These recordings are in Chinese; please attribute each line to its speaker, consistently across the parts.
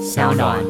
Speaker 1: 小暖。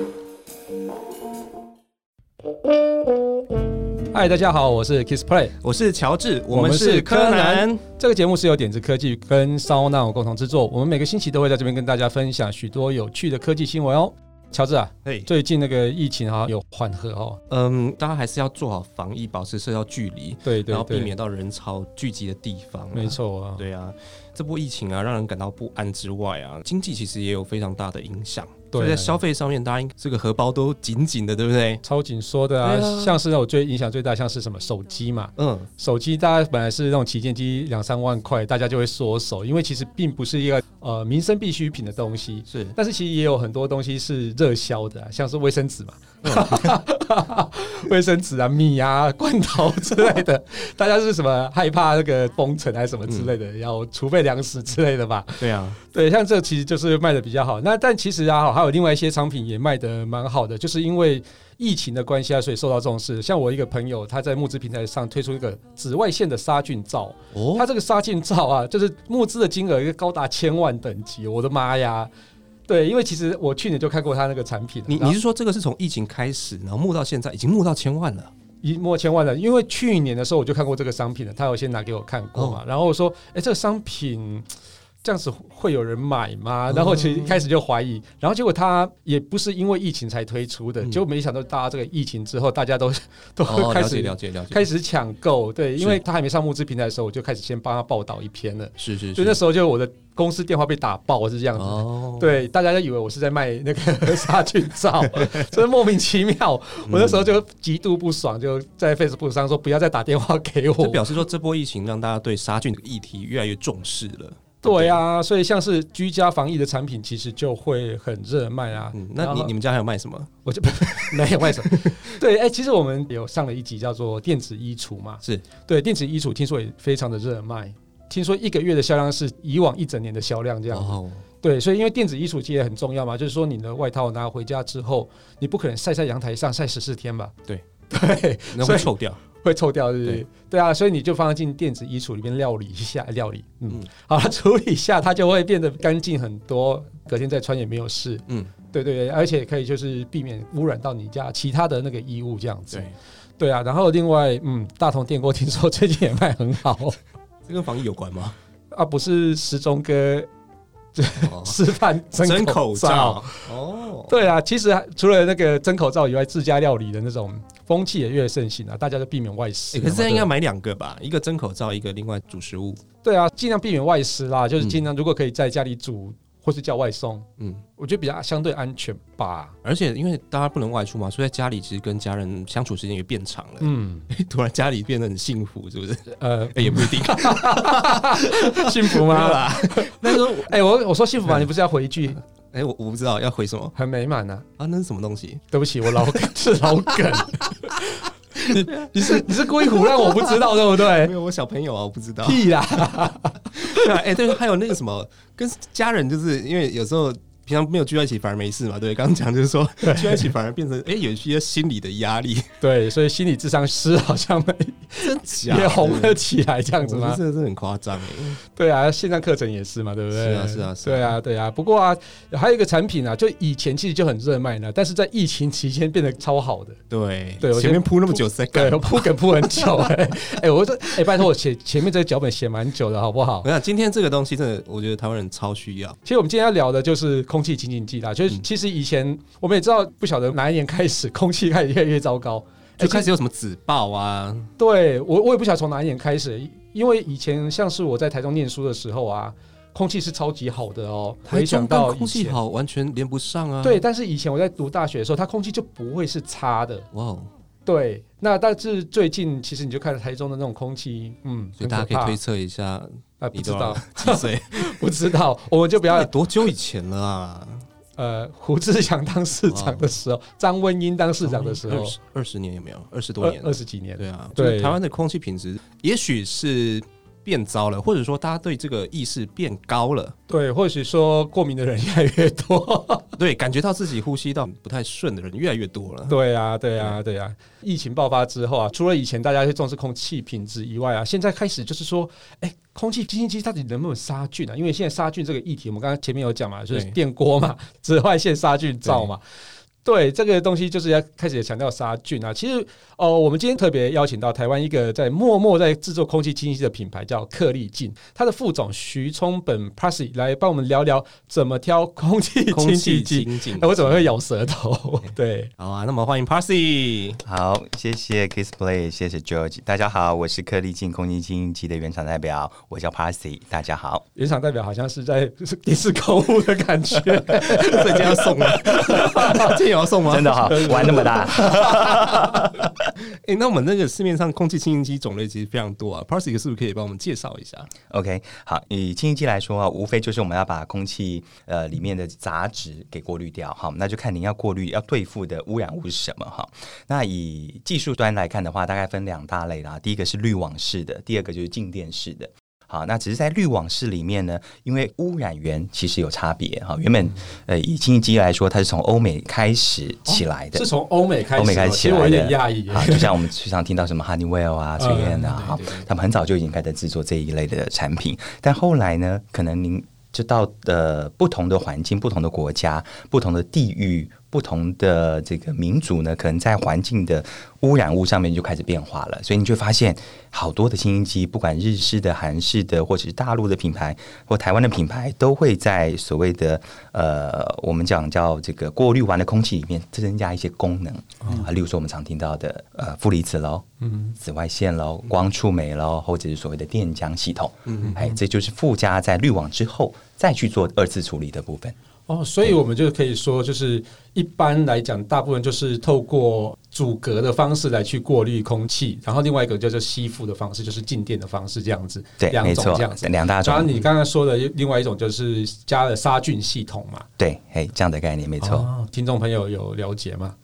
Speaker 2: 嗨，大家好，我是 Kiss Play。
Speaker 3: 我是乔治，我
Speaker 2: 我
Speaker 3: 们
Speaker 2: 们
Speaker 3: 是
Speaker 2: 是
Speaker 3: 柯
Speaker 2: 柯
Speaker 3: 南
Speaker 2: 南。这个节目是由点子科技跟 s o u n d 共同制作，我们每个星期都会在这边跟大家分享许多有趣的科技新闻哦。乔治啊，
Speaker 3: 嘿，
Speaker 2: 最近那个疫情好像有缓和哦，
Speaker 3: 嗯，大家还是要做好防疫，保持社交距离，
Speaker 2: 对
Speaker 3: 然
Speaker 2: 对
Speaker 3: 后避
Speaker 2: 对，
Speaker 3: 免到人潮聚集的地方、
Speaker 2: 没。错啊，
Speaker 3: 对啊，这波疫情啊，让人感到不安之外啊，经济其实也有非常大的影响。
Speaker 2: 对
Speaker 3: 所以在
Speaker 2: 啊
Speaker 3: 消费上面，大家应这个荷包都紧紧的，对不对？
Speaker 2: 超紧缩的啊
Speaker 3: 对，啊
Speaker 2: 像是那种最影响最大，像是什么手机嘛，
Speaker 3: 嗯，
Speaker 2: 手机大家本来是那种旗舰机两三万块，大家就会缩手，因为其实并不是一个呃民生必需品的东西。
Speaker 3: 是
Speaker 2: 但是其实也有很多东西是热销的啊、像是卫生纸嘛，卫、生纸啊、米啊、罐头之类的，大家是什么害怕那个封城还是什么之类的，要储备粮食之类的吧？
Speaker 3: 对啊，
Speaker 2: 对，像这其实就是卖的比较好。那但其实啊，还有另外一些商品也卖的蛮好的，就是因为疫情的关系啊，所以受到重视。像我一个朋友，他在募资平台上推出一个紫外线的杀菌皂，
Speaker 3: 哦，
Speaker 2: 他这个杀菌皂啊，就是募资的金额高达千万等级，我的妈呀！对，因为其实我去年就看过他那个产品了，
Speaker 3: 你
Speaker 2: 然
Speaker 3: 你
Speaker 2: 后
Speaker 3: 是说这个是从疫情开始，然后募到现在，已经募到千 万了？
Speaker 2: 一摸千万了，因为去年的时候我就看过这个商品了，他有先拿给我看过
Speaker 3: 哦
Speaker 2: 嘛，然后我说，哎、这个商品这样子会有人买吗？
Speaker 3: 嗯
Speaker 2: 然后其实一开始就怀疑，然后结果他也不是因为疫情才推出的，
Speaker 3: 嗯
Speaker 2: 结果没想到大家这个疫情之后，大家都 都
Speaker 3: 哦，
Speaker 2: 开
Speaker 3: 了解
Speaker 2: 始
Speaker 3: 了解了解，
Speaker 2: 开
Speaker 3: 始
Speaker 2: 始抢购，对，因
Speaker 3: 是
Speaker 2: 为他还没上募资平台的时候，我就开始先帮他报道一篇了，
Speaker 3: 是是
Speaker 2: 所以那
Speaker 3: 是
Speaker 2: 时候就我的公司电话被打爆是这样子，
Speaker 3: 哦，
Speaker 2: 对，大家都以为我是在卖那个 杀菌 皂，所以莫名其妙，我那时候就极度不爽，就在 Facebook 上说不要再打电话给
Speaker 3: 这
Speaker 2: 我。
Speaker 3: 表示说这波疫情让大家对杀菌的议题越来越重视了。
Speaker 2: 对啊，所以像是居家防疫的产品，其实就会很热卖啊。
Speaker 3: 嗯，那
Speaker 2: 然
Speaker 3: 你
Speaker 2: 后
Speaker 3: 你们家还有卖什么？
Speaker 2: 我就 没有为什么？对，哎、其实我们有上了一集叫做电子衣橱嘛，
Speaker 3: 是
Speaker 2: 对，电子衣橱听说也非常的热卖。听说一个月的销量是以往一整年的销量这样子，
Speaker 3: 哦，
Speaker 2: 对，啊所以因为电子衣橱其实也很重要嘛，就是说你的外套拿回家之后，你不可能晒在阳台上晒十四天吧？
Speaker 3: 对
Speaker 2: 对，
Speaker 3: 那
Speaker 2: 所
Speaker 3: 会
Speaker 2: 以
Speaker 3: 臭掉。
Speaker 2: 会臭掉，对不对？
Speaker 3: 对
Speaker 2: 对啊，所以你就放进电子衣橱里面料理一下，料理，嗯，
Speaker 3: 嗯
Speaker 2: 好了，处理一下，它就会变得干净很多，隔天再穿也没有事。
Speaker 3: 嗯，
Speaker 2: 对对对，而且可以就是避免污染到你家其他的那个衣物这样子。
Speaker 3: 对，
Speaker 2: 对啊，然后另外，嗯，大同电锅听说最近也卖很好
Speaker 3: 这跟防疫有关吗？
Speaker 2: 啊，不是时钟哥
Speaker 3: 哦
Speaker 2: 示范
Speaker 3: 真
Speaker 2: 真口
Speaker 3: 口
Speaker 2: 罩。
Speaker 3: 罩哦，
Speaker 2: 对啊，其实还除了那个蒸口罩以外，自家料理的那种风气也越盛行啊，大家就避免外食
Speaker 3: 欸
Speaker 2: 了
Speaker 3: 可
Speaker 2: 嘛。
Speaker 3: 是这样应该
Speaker 2: 对
Speaker 3: 买两个吧，一个真口罩，一个另外煮食物。
Speaker 2: 对啊，尽量避免外食啦，就是尽量如果可以在家里煮或是叫外送，
Speaker 3: 嗯，
Speaker 2: 我觉得比较相对安全吧。
Speaker 3: 而且因为大家不能外出嘛，所以在家里其实跟家人相处时间也变长了。
Speaker 2: 嗯，
Speaker 3: 突然家里变得很幸福，是 不是？
Speaker 2: 呃，
Speaker 3: 欸也不一定，
Speaker 2: 幸福
Speaker 3: 没有
Speaker 2: 吗？
Speaker 3: 啦。 嗯那时候，
Speaker 2: 哎、我我说幸福吗？你不是要回一句
Speaker 3: 哎，我我不知道要回什么
Speaker 2: 很美满啊？
Speaker 3: 啊，那是什么东 西？
Speaker 2: 对不起，我老梗是老梗。 你你是你是故意胡乱，我不知道对不
Speaker 3: 没
Speaker 2: 对？
Speaker 3: 有，我小朋友啊，我不知道。
Speaker 2: 屁啦！
Speaker 3: 对 啊，哎、对，还有那个什么，跟家人就是因为有时候平常没有聚在一起，反而没事嘛。对，刚刚讲就 是说聚在一起反而变成哎、有一些心理的压力，
Speaker 2: 对，所以心理智商师好像
Speaker 3: 真假
Speaker 2: 也红了起来，这样子吗？
Speaker 3: 真的是很夸张哎。
Speaker 2: 对啊，线上课程也是嘛，对不对？
Speaker 3: 是啊是啊是啊
Speaker 2: 对啊，对啊。不过啊，还有一个产品啊，就以前其实就很热卖呢，但是在疫情期间变得超好的。
Speaker 3: 对
Speaker 2: 对我
Speaker 3: 前面铺那么久是在干
Speaker 2: 对，
Speaker 3: 嘛？
Speaker 2: 铺梗铺很久哎、 欸，哎、我说，哎、拜托我写前面这个脚本写蛮久的，好不好
Speaker 3: 我？想今天这个东西真的，我觉得台湾人超需要。
Speaker 2: 其实我们今天要聊的就是空气清净剂啦，就是
Speaker 3: 嗯
Speaker 2: 其实以前我们也知道，不晓得哪一年开始，空气开始越来越糟糕。
Speaker 3: 就
Speaker 2: 哎
Speaker 3: 开始有什么纸报啊，
Speaker 2: 对我，我也不晓得从哪一年开始，因为以前像是我在台中念书的时候啊，空气是超级好的哦。
Speaker 3: 台
Speaker 2: 回
Speaker 3: 哎中
Speaker 2: 想
Speaker 3: 跟
Speaker 2: 到以
Speaker 3: 空气
Speaker 2: 前
Speaker 3: 好完全连不上啊。
Speaker 2: 对，，但是以前我在读大学的时候，它空气就不会是差的。
Speaker 3: 哇哦，
Speaker 2: 对，那但是最近其实你就看台中的那种空气，嗯，
Speaker 3: 所以大家可以推
Speaker 2: 啊、
Speaker 3: 测一下，
Speaker 2: 呃
Speaker 3: 你
Speaker 2: 不知
Speaker 3: 多
Speaker 2: 道
Speaker 3: 少，几岁？
Speaker 2: 不知道，我们就不
Speaker 3: 到
Speaker 2: 要
Speaker 3: 底多久以前了啊？
Speaker 2: 呃，胡志强当市长的时候，张温英当市长的时候
Speaker 3: 二，十二十年有没有？二十多年
Speaker 2: 二
Speaker 3: 了
Speaker 2: 二。十几年，
Speaker 3: 对啊，
Speaker 2: 对
Speaker 3: 就是台湾的空气品质也许是变糟了，或者说大家对这个意识变高了，
Speaker 2: 对，或许说过敏的人越来越多，
Speaker 3: 对，感觉到自己呼吸道不太顺的人越来越多了。
Speaker 2: 对啊，对啊，对啊。疫情爆发之后啊，除了以前大家会重视空气品质以外啊，现在开始就是说，哎、空气清新机到底能不能有杀菌啊？因为现在杀菌这个议题，我们刚刚前面有讲嘛，就是
Speaker 3: 对
Speaker 2: 电锅嘛，紫外线杀菌灶嘛。对这个东西，就是要开始强调杀菌啊。其实，哦，我们今天特别邀请到台湾一个在默默在制作空气清新机的品牌，叫克力净，它的副总徐冲本 Plus 来帮我们聊聊怎么挑空气
Speaker 3: 空
Speaker 2: 清
Speaker 3: 气
Speaker 2: 新机。
Speaker 3: 清净
Speaker 2: 哎、。 我怎么会咬舌头？ 对，
Speaker 3: 好啊，那么欢迎 Parsi。
Speaker 1: 好，谢谢 Kiss Play，谢谢 George。大家好，我是颗粒净空气清新机的原厂代表，我叫 Parsi。大家好，
Speaker 2: 原厂代表好像是在 迪士公务的感觉。
Speaker 3: 所以今天要送吗？ 今天有要送吗？
Speaker 1: 真的哈、玩那么大，
Speaker 3: 哎、那我们那个市面上空气清新机种类其实非常多啊，Parsi 是不是可以帮我们介绍一 下？
Speaker 1: OK，好，以清新机来说啊，无非就是我们要把空气呃里面的杂质给过滤掉，好，那就看您要过滤要对付的污染物是什么哈。那以技术端来看的话，大概分两大类啦，第一个是滤网式的，第二个就是静电式的。好，那只是在滤网式里面呢，因为污染源其实有差别哈。原
Speaker 2: 嗯
Speaker 1: 本呃以清新机来说，它是从欧美开始起来的，
Speaker 2: 哦是从欧美开始哦，
Speaker 1: 欧美开始
Speaker 2: 其
Speaker 1: 起
Speaker 2: 实我
Speaker 1: 来
Speaker 2: 有点
Speaker 1: 的，
Speaker 2: 讶异耶。
Speaker 1: 啊，就像我们时常听到什么 Honeywell 啊、崔燕啊，
Speaker 2: 嗯
Speaker 1: 哈
Speaker 2: 对对对，
Speaker 1: 他们很早就已经开始制作这一类的产品，但后来呢，可能您就到呃不同的环境、不同的国家、不同的地域、不同的这个民族呢，可能在环境的污染物上面就开始变化了，所以你就会发现好多的新音机，不管日式的、韩式的，或者是大陆的品牌或台湾的品牌，都会在所谓的呃，我们讲叫这个过滤完的空气里面增加一些功能、啊，例如说我们常听到的呃负离子喽，嗯，紫外线喽，光触媒喽，或者是所谓的电浆系统，嗯，哎，这就是附加在滤网之后再去做二次处理的部分。
Speaker 2: 哦，所以我们就可以说，就是一般来讲，大部分就是透过阻隔的方式来去过滤空气，然后另外一个叫做吸附的方式，就是静电的方式，这样子，
Speaker 1: 对，
Speaker 2: 两
Speaker 1: 没
Speaker 2: 种
Speaker 1: 错
Speaker 2: 这样，子。
Speaker 1: 两大
Speaker 2: 然后
Speaker 1: 种，
Speaker 2: 你刚刚说的另外一种就是加了杀菌系统嘛，
Speaker 1: 对，哎，这样的概念没错。
Speaker 2: 哦，听众朋友有了解吗？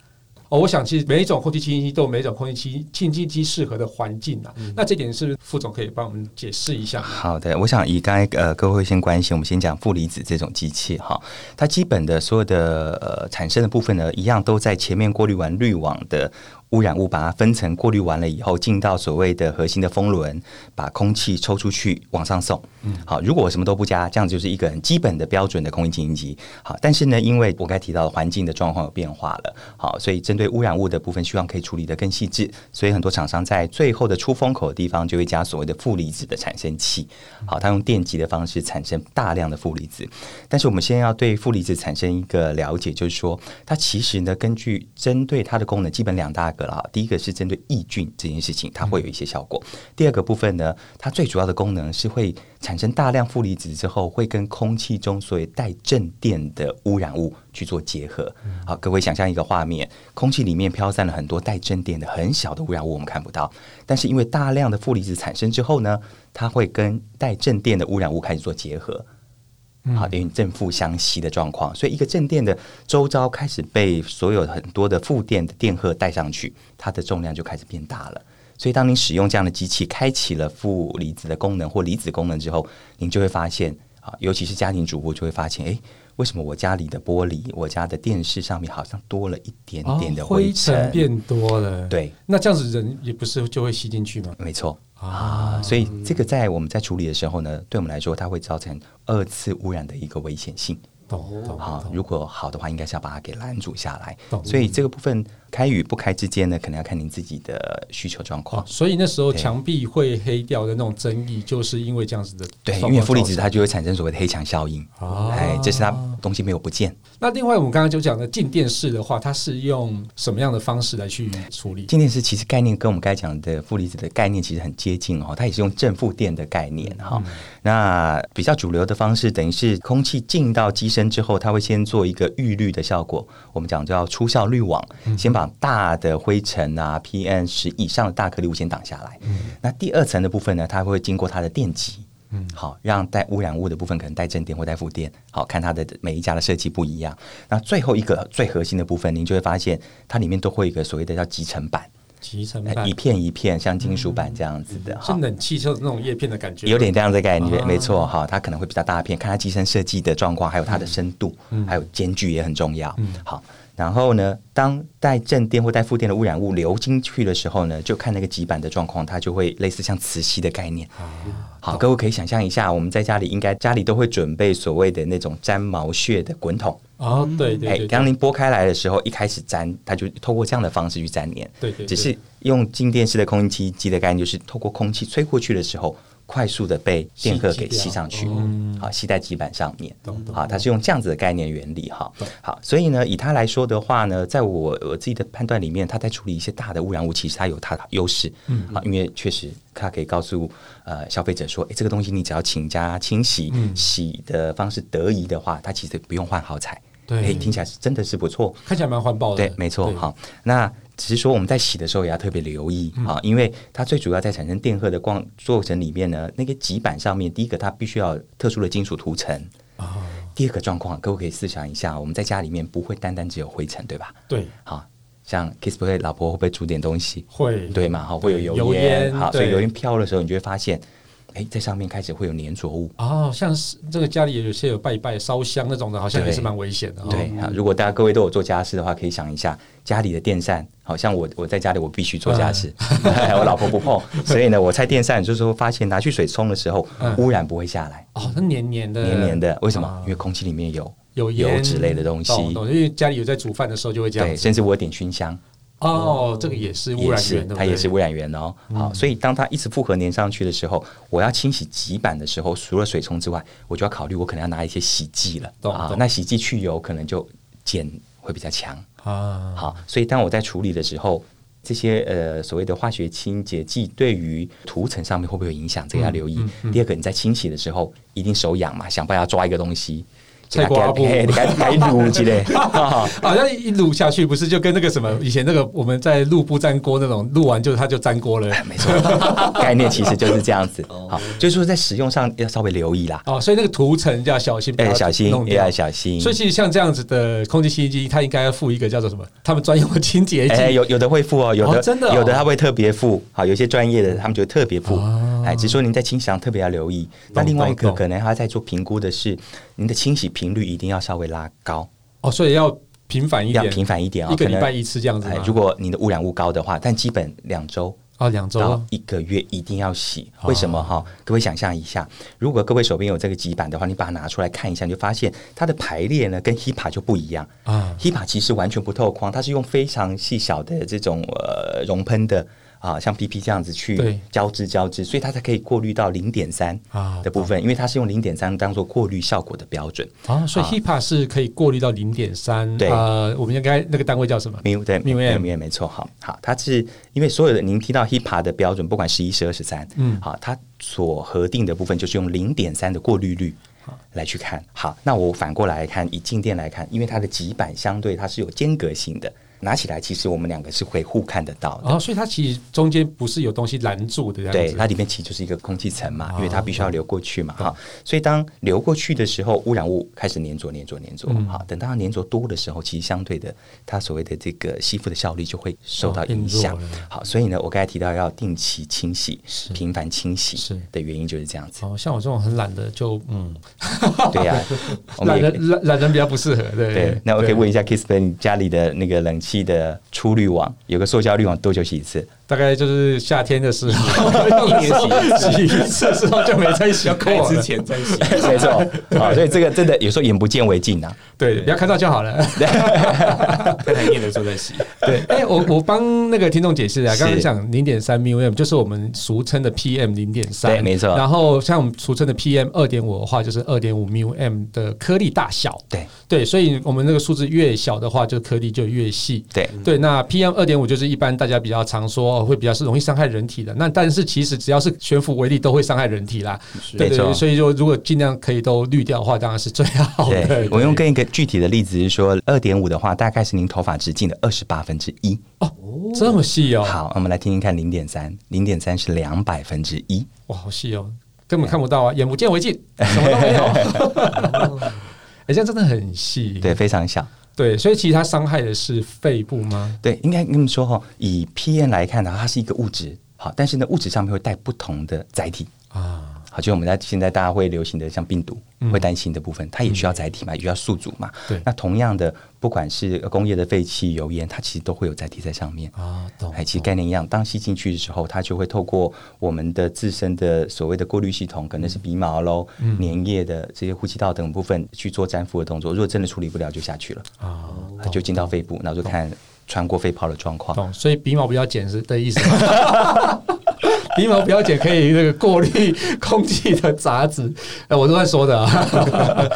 Speaker 2: 哦，我想其实每一种空气清新机都有每一种空气清清新机适合的环境啊，
Speaker 1: 嗯
Speaker 2: 那这点是不是副总可以帮我们解释一下吗？
Speaker 1: 好的，我想以刚才呃各位先关心，我们先讲负离子这种机器哈，它基本的所有的呃产生的部分呢，一样都在前面过滤完滤网的污染物，把它分层过滤完了以后，进到所谓的核心的风轮，把空气抽出去往上送。嗯，好，如果我什么都不加，这样就是一个很基本的标准的空气清新机。好，但是呢，因为我刚才提到的环境的状况有变化了，好，所以针对污染物的部分，希望可以处理得更细致，所以很多厂商在最后的出风口的地方就会加所谓的负离子的产生器。好，它用电极的方式产生大量的负离子。但是我们先要对负离子产生一个了解，就是说它其实呢，根据针对它的功能，基本两大个了哈。第一个是针对抑菌这件事情，它会有一些效果。第二个部分呢，它最主要的功能是会产生大量负离子之后，会跟空气中所有带正电的污染物去做结合。好，各位想象一个画面，空气里面飘散了很多带正电的很小的污染物，我们看不到，但是因为大量的负离子产生之后呢，它会跟带正电的污染物开始做结合。
Speaker 2: 嗯
Speaker 1: 好，等于正负相吸的状况，所以一个正电的周遭开始被所有很多的负电的电荷带上去，它的重量就开始变大了。所以，当您使用这样的机器，开启了负离子的功能或离子功能之后，您就会发现啊，尤其是家庭主妇就会发现，诶，为什么我家里的玻璃、我家的电视上面好像多了一点点的
Speaker 2: 哦灰
Speaker 1: 哦尘？
Speaker 2: 变多了，，
Speaker 1: 对，
Speaker 2: 那这样子人也不是就会吸进去吗？
Speaker 1: 没错。
Speaker 2: 啊，
Speaker 1: 所以这个在我们在处理的时候呢，对我们来说，它会造成二次污染的一个危险性。
Speaker 2: 懂懂
Speaker 1: 嗯好，
Speaker 2: 懂
Speaker 1: 如果好的话，应该是要把它给拦阻下来
Speaker 2: 懂。
Speaker 1: 所以这个部分开与不开之间呢，可能要看您自己的需求状
Speaker 2: 哦
Speaker 1: 况。
Speaker 2: 所以那时候
Speaker 1: 对
Speaker 2: 墙壁会黑掉的那种争议，就是因为这样子的
Speaker 1: 对，
Speaker 2: 状
Speaker 1: 因为
Speaker 2: 况
Speaker 1: 负离子
Speaker 2: 造成
Speaker 1: 它就会产生所谓的黑墙效应，
Speaker 2: 哦
Speaker 1: 哎，这是它东西没有不见。
Speaker 2: 那另外我们刚刚就讲的静电式的话，它是用什么样的方式来去处理？
Speaker 1: 静电是其实概念跟我们刚才讲的负离子的概念其实很接近哦，它也是用正负电的概念哈、那比较主流的方式，等于是空气进到机身之后，它会先做一个预滤的效果，我们讲叫出效滤网，先把大的灰尘啊、PM 十以上的大颗粒物先挡下来。那第二层的部分呢，它会经过它的电极。嗯，好，让带污染物的部分可能带正电或带负电，好看它的每一家的设计不一样。那最后一个最核心的部分，您就会发现它里面都会有一个所谓的叫集成板，
Speaker 2: 集成
Speaker 1: 呃
Speaker 2: 板
Speaker 1: 一片一片像金属板这样子的
Speaker 2: 是
Speaker 1: 哈。
Speaker 2: 冷气就是那种叶片的感觉，
Speaker 1: 有点这样的感觉，
Speaker 2: 啊
Speaker 1: 没错哈，它可能会比较大片，看它机身设计的状况，还有它的深度，
Speaker 2: 嗯
Speaker 1: 还有间距也很重要。好，然后呢，当带正电或带负电的污染物流进去的时候呢，就看那个极板的状况，它就会类似像磁吸的概念。
Speaker 2: 啊
Speaker 1: 好，各位可以想象一下，我们在家里应该家里都会准备所谓的那种粘毛屑的滚筒。
Speaker 2: 哦，对对
Speaker 1: 哎
Speaker 2: 对，，
Speaker 1: 当您拨开来的时候，一开始粘，它就透过这样的方式去粘黏。
Speaker 2: 对对对
Speaker 1: 只是用静电式的空气机的概念，就是透过空气吹过去的时候，快速的被电荷给吸上去
Speaker 2: 吸掉嗯，
Speaker 1: 好，吸在基板上面
Speaker 2: 懂。懂
Speaker 1: 好，它是用这样子的概念原理哈。好，所以呢，以它来说的话呢，在我我自己的判断里面，它在处理一些大的污染物，其实它有它的优势。嗯，好，因为确实它可以告诉呃消费者说，哎，这个东西你只要请加清洗，
Speaker 2: 嗯
Speaker 1: 洗的方式得宜的话，它其实不用换耗材。
Speaker 2: 对
Speaker 1: 哎，听起来是真的是不错。
Speaker 2: 看起来蛮环保的，
Speaker 1: 对，没错。
Speaker 2: 对，
Speaker 1: 好，那只是说我们在洗的时候也要特别留意
Speaker 2: 嗯
Speaker 1: 啊、因为它最主要在产生电荷的光过程里面呢，那个极板上面，第一个它必须要有特殊的金属涂层。
Speaker 2: 啊
Speaker 1: 第二个状况，各位可以试想一下，我们在家里面不会单单只有灰尘，对吧？
Speaker 2: 对，
Speaker 1: 好，像 Kissplay 老婆会不会煮点东西？
Speaker 2: 会，
Speaker 1: 对嘛？好，会有
Speaker 2: 油
Speaker 1: 油
Speaker 2: 烟
Speaker 1: 好，所
Speaker 2: 对
Speaker 1: 以油烟飘的时候，你就会发现，哎，在上面开始会有粘着物。
Speaker 2: 哦，像是这个家里有些有拜拜烧香那种的，好像也
Speaker 1: 对
Speaker 2: 是蛮危险的，哦
Speaker 1: 对，啊，如果大家各位都有做家事的话，可以想一下家里的电扇。好像我我在家里我必须做家事，
Speaker 2: 嗯
Speaker 1: 我老婆不碰，所以呢，我拆电扇就是说发现拿去水冲的时候，污染不会下来，
Speaker 2: 哦，那黏黏的，
Speaker 1: 黏黏的。为什
Speaker 2: 嗯啊
Speaker 1: 么？因为空气里面有
Speaker 2: 有
Speaker 1: 油
Speaker 2: 烟
Speaker 1: 脂类的东西，
Speaker 2: 懂懂因为家里有在煮饭的时候就会这样
Speaker 1: 对，
Speaker 2: 子。
Speaker 1: 甚至我点熏香
Speaker 2: 哦，这个也是污
Speaker 1: 也
Speaker 2: 染
Speaker 1: 是
Speaker 2: 源，对不，嗯
Speaker 1: 它也
Speaker 2: 对
Speaker 1: 是污染源哦。好，所以当它一直复合粘上去的时候，我要清洗极板的时候，除了水冲之外，我就要考虑我可能要拿一些洗剂了
Speaker 2: 懂
Speaker 1: 啊
Speaker 2: 懂。
Speaker 1: 那洗剂去油可能就碱会比较强。
Speaker 2: 啊，
Speaker 1: 好，所以当我在处理的时候，这些呃所谓的化学清洁剂对于涂层上面会不会有影响？
Speaker 2: 嗯
Speaker 1: 这个要留意。第二个，你在清洗的时候一定手痒嘛，想办法抓一个东西，
Speaker 2: 菜瓜布
Speaker 1: 给它给 它给它撸之类。哈
Speaker 2: 好像一撸下去，不是就跟那个什么以前那个我们在录不粘锅那种，录完就它就粘锅了。
Speaker 1: 没错，概念其实就是这样子。
Speaker 2: 哦
Speaker 1: 好，就是说在使用上要稍微留意啦，
Speaker 2: 哦，所以那个涂层就要小心，不
Speaker 1: 哎，小心
Speaker 2: 弄
Speaker 1: 也
Speaker 2: 掉
Speaker 1: 要。小心。
Speaker 2: 所以其实像这样子的空气清新机，它应该要附一个叫做什么？他们专用的清洁剂。
Speaker 1: 哎、有有的会付哦，有的、
Speaker 2: 哦真的哦
Speaker 1: 有的他会特别付，好，有一些专业的他们就会特别付，
Speaker 2: 哦
Speaker 1: 哎，只是说您在清洗上特别要留意。那另外一
Speaker 2: 懂
Speaker 1: 个
Speaker 2: 懂
Speaker 1: 可能他在做评估的是，您的清洗频率一定要稍微拉高，
Speaker 2: 哦，所以要频繁一
Speaker 1: 要
Speaker 2: 点，
Speaker 1: 频繁一点哦，
Speaker 2: 一
Speaker 1: 可
Speaker 2: 个礼
Speaker 1: 能
Speaker 2: 拜一次这样子吗
Speaker 1: 哎，如果你的污染物高的话，但基本两周
Speaker 2: 哦，两
Speaker 1: 到
Speaker 2: 周
Speaker 1: 一个月一定要洗。
Speaker 2: 哦
Speaker 1: 为什么哈？各位想象一下，如果各位手边有这个极板的话，你把它拿出来看一下，你就发现它的排列呢跟 HIPA 就不一样。
Speaker 2: 啊
Speaker 1: HIPA 其实完全不透框，它是用非常细小的这种呃熔喷的。啊，像 PP 这样子
Speaker 2: 对
Speaker 1: 去交织交织，所以它才可以过滤到零点三
Speaker 2: 啊
Speaker 1: 的部分，因为它是用零点三当做过滤效果的标准。
Speaker 2: 啊，所以
Speaker 1: 啊
Speaker 2: HEPA 是可以过滤到零点三。
Speaker 1: 对嗯
Speaker 2: 呃，我们应该那个单位叫什么？
Speaker 1: mu 对
Speaker 2: mu m
Speaker 1: 也没错，好好，它是因为所有的您提到 HIPA 的标准，不管十一、十二、十三，嗯，好，它所核定的部分就是用零点三的过滤率来去看。好，那我反过来看，以静电来看，因为它的极板相对它是有间隔性的，拿起来其实我们两个是会互看得到的。
Speaker 2: 哦，所以它其实中间不是有东西拦住的这样
Speaker 1: 对，
Speaker 2: 子。
Speaker 1: 它里面其实就是一个空气层嘛，因为
Speaker 2: 啊
Speaker 1: 它必须要流过去嘛，哈、所以当流过去的时候，污染物开始粘着、粘着、粘着，
Speaker 2: 嗯
Speaker 1: 好，等到它粘着多的时候，其实相对的，它所谓的这个吸附的效率就会受
Speaker 2: 哦
Speaker 1: 到
Speaker 2: 变
Speaker 1: 影响。
Speaker 2: 弱了
Speaker 1: 好，所以呢，我刚才提到要定期清洗
Speaker 2: 是、
Speaker 1: 频繁清洗
Speaker 2: 是
Speaker 1: 的原因就是这样子。
Speaker 2: 哦，像我这种很懒的，就嗯，
Speaker 1: 对呀、我们
Speaker 2: 懒
Speaker 1: 也可以
Speaker 2: 人懒懒人比较不适合，对
Speaker 1: 对，那我可以问一下 Kissman，你家里的那个冷气的出滤网有个塑胶滤网，多久洗一次？
Speaker 2: 大概就是夏天的时候，一年洗一次的时候就没再洗过
Speaker 3: 开
Speaker 2: 了
Speaker 3: 之。前再洗。
Speaker 1: 没错，好，所以这个真的有时候眼不见为净啊。
Speaker 2: 对，不要看到就好了。
Speaker 3: 太难念的时候再洗，
Speaker 2: 对，哎、我我帮那个听众解释啊，
Speaker 1: 是
Speaker 2: 刚刚讲零点三 mm 就是我们俗称的 PM 零点三，
Speaker 1: 对没错
Speaker 2: 然后像我们俗称的 PM 二点五的话，就是二点五 mm 的颗粒大小。
Speaker 1: 对
Speaker 2: 对，所以我们那个数字越小的话，就颗粒就越细。
Speaker 1: 对，
Speaker 2: 对，那 PM 二点五就是一般大家比较常说哦会比较是容易伤害人体的。那但是其实只要是悬浮微粒都会伤害人体啦。
Speaker 1: 没
Speaker 2: 对对，
Speaker 1: 错
Speaker 2: 对所以说如果尽量可以都滤掉的话，当然是最好的
Speaker 1: 对。，我用更一个具体的例子是说，二点五的话，大概是您头发直径的二十八分之一。
Speaker 2: 哦这么细哦，
Speaker 1: 好，我们来听听看零点三，零点三是两百分之一。
Speaker 2: 哇，好细哦，根本看不到啊，眼不 见为净，什么都没有。哎、这样真的很细。
Speaker 1: 对，非常小。
Speaker 2: 对，所以其实它伤害的是肺部吗？
Speaker 1: 对，应该跟你们说哈，以 PM 来看呢，它是一个物质，好，但是呢，物质上面会带不同的载体。
Speaker 2: 啊，
Speaker 1: 好，就我们在现在大家会流行的像病毒，会担心的部分，它也需要载体嘛，也需要宿主嘛。
Speaker 2: 对
Speaker 1: 那同样的，不管是工业的废气、油烟，它其实都会有载体在上面。
Speaker 2: 啊，懂
Speaker 1: 哎，其实概念一样，当吸进去的时候，它就会透过我们的自身的所谓的过滤系统，可能是鼻毛喽、粘液的这些呼吸道等部分去做粘附的动作。如果真的处理不了，就下去了，
Speaker 2: 啊，
Speaker 1: 它就进到肺部，然后就看穿过肺泡的状况。
Speaker 2: 懂。所以鼻毛不要剪是的意思吗。 鼻毛不要剪可以那个过滤空气的杂质，哎、我都在说的、啊。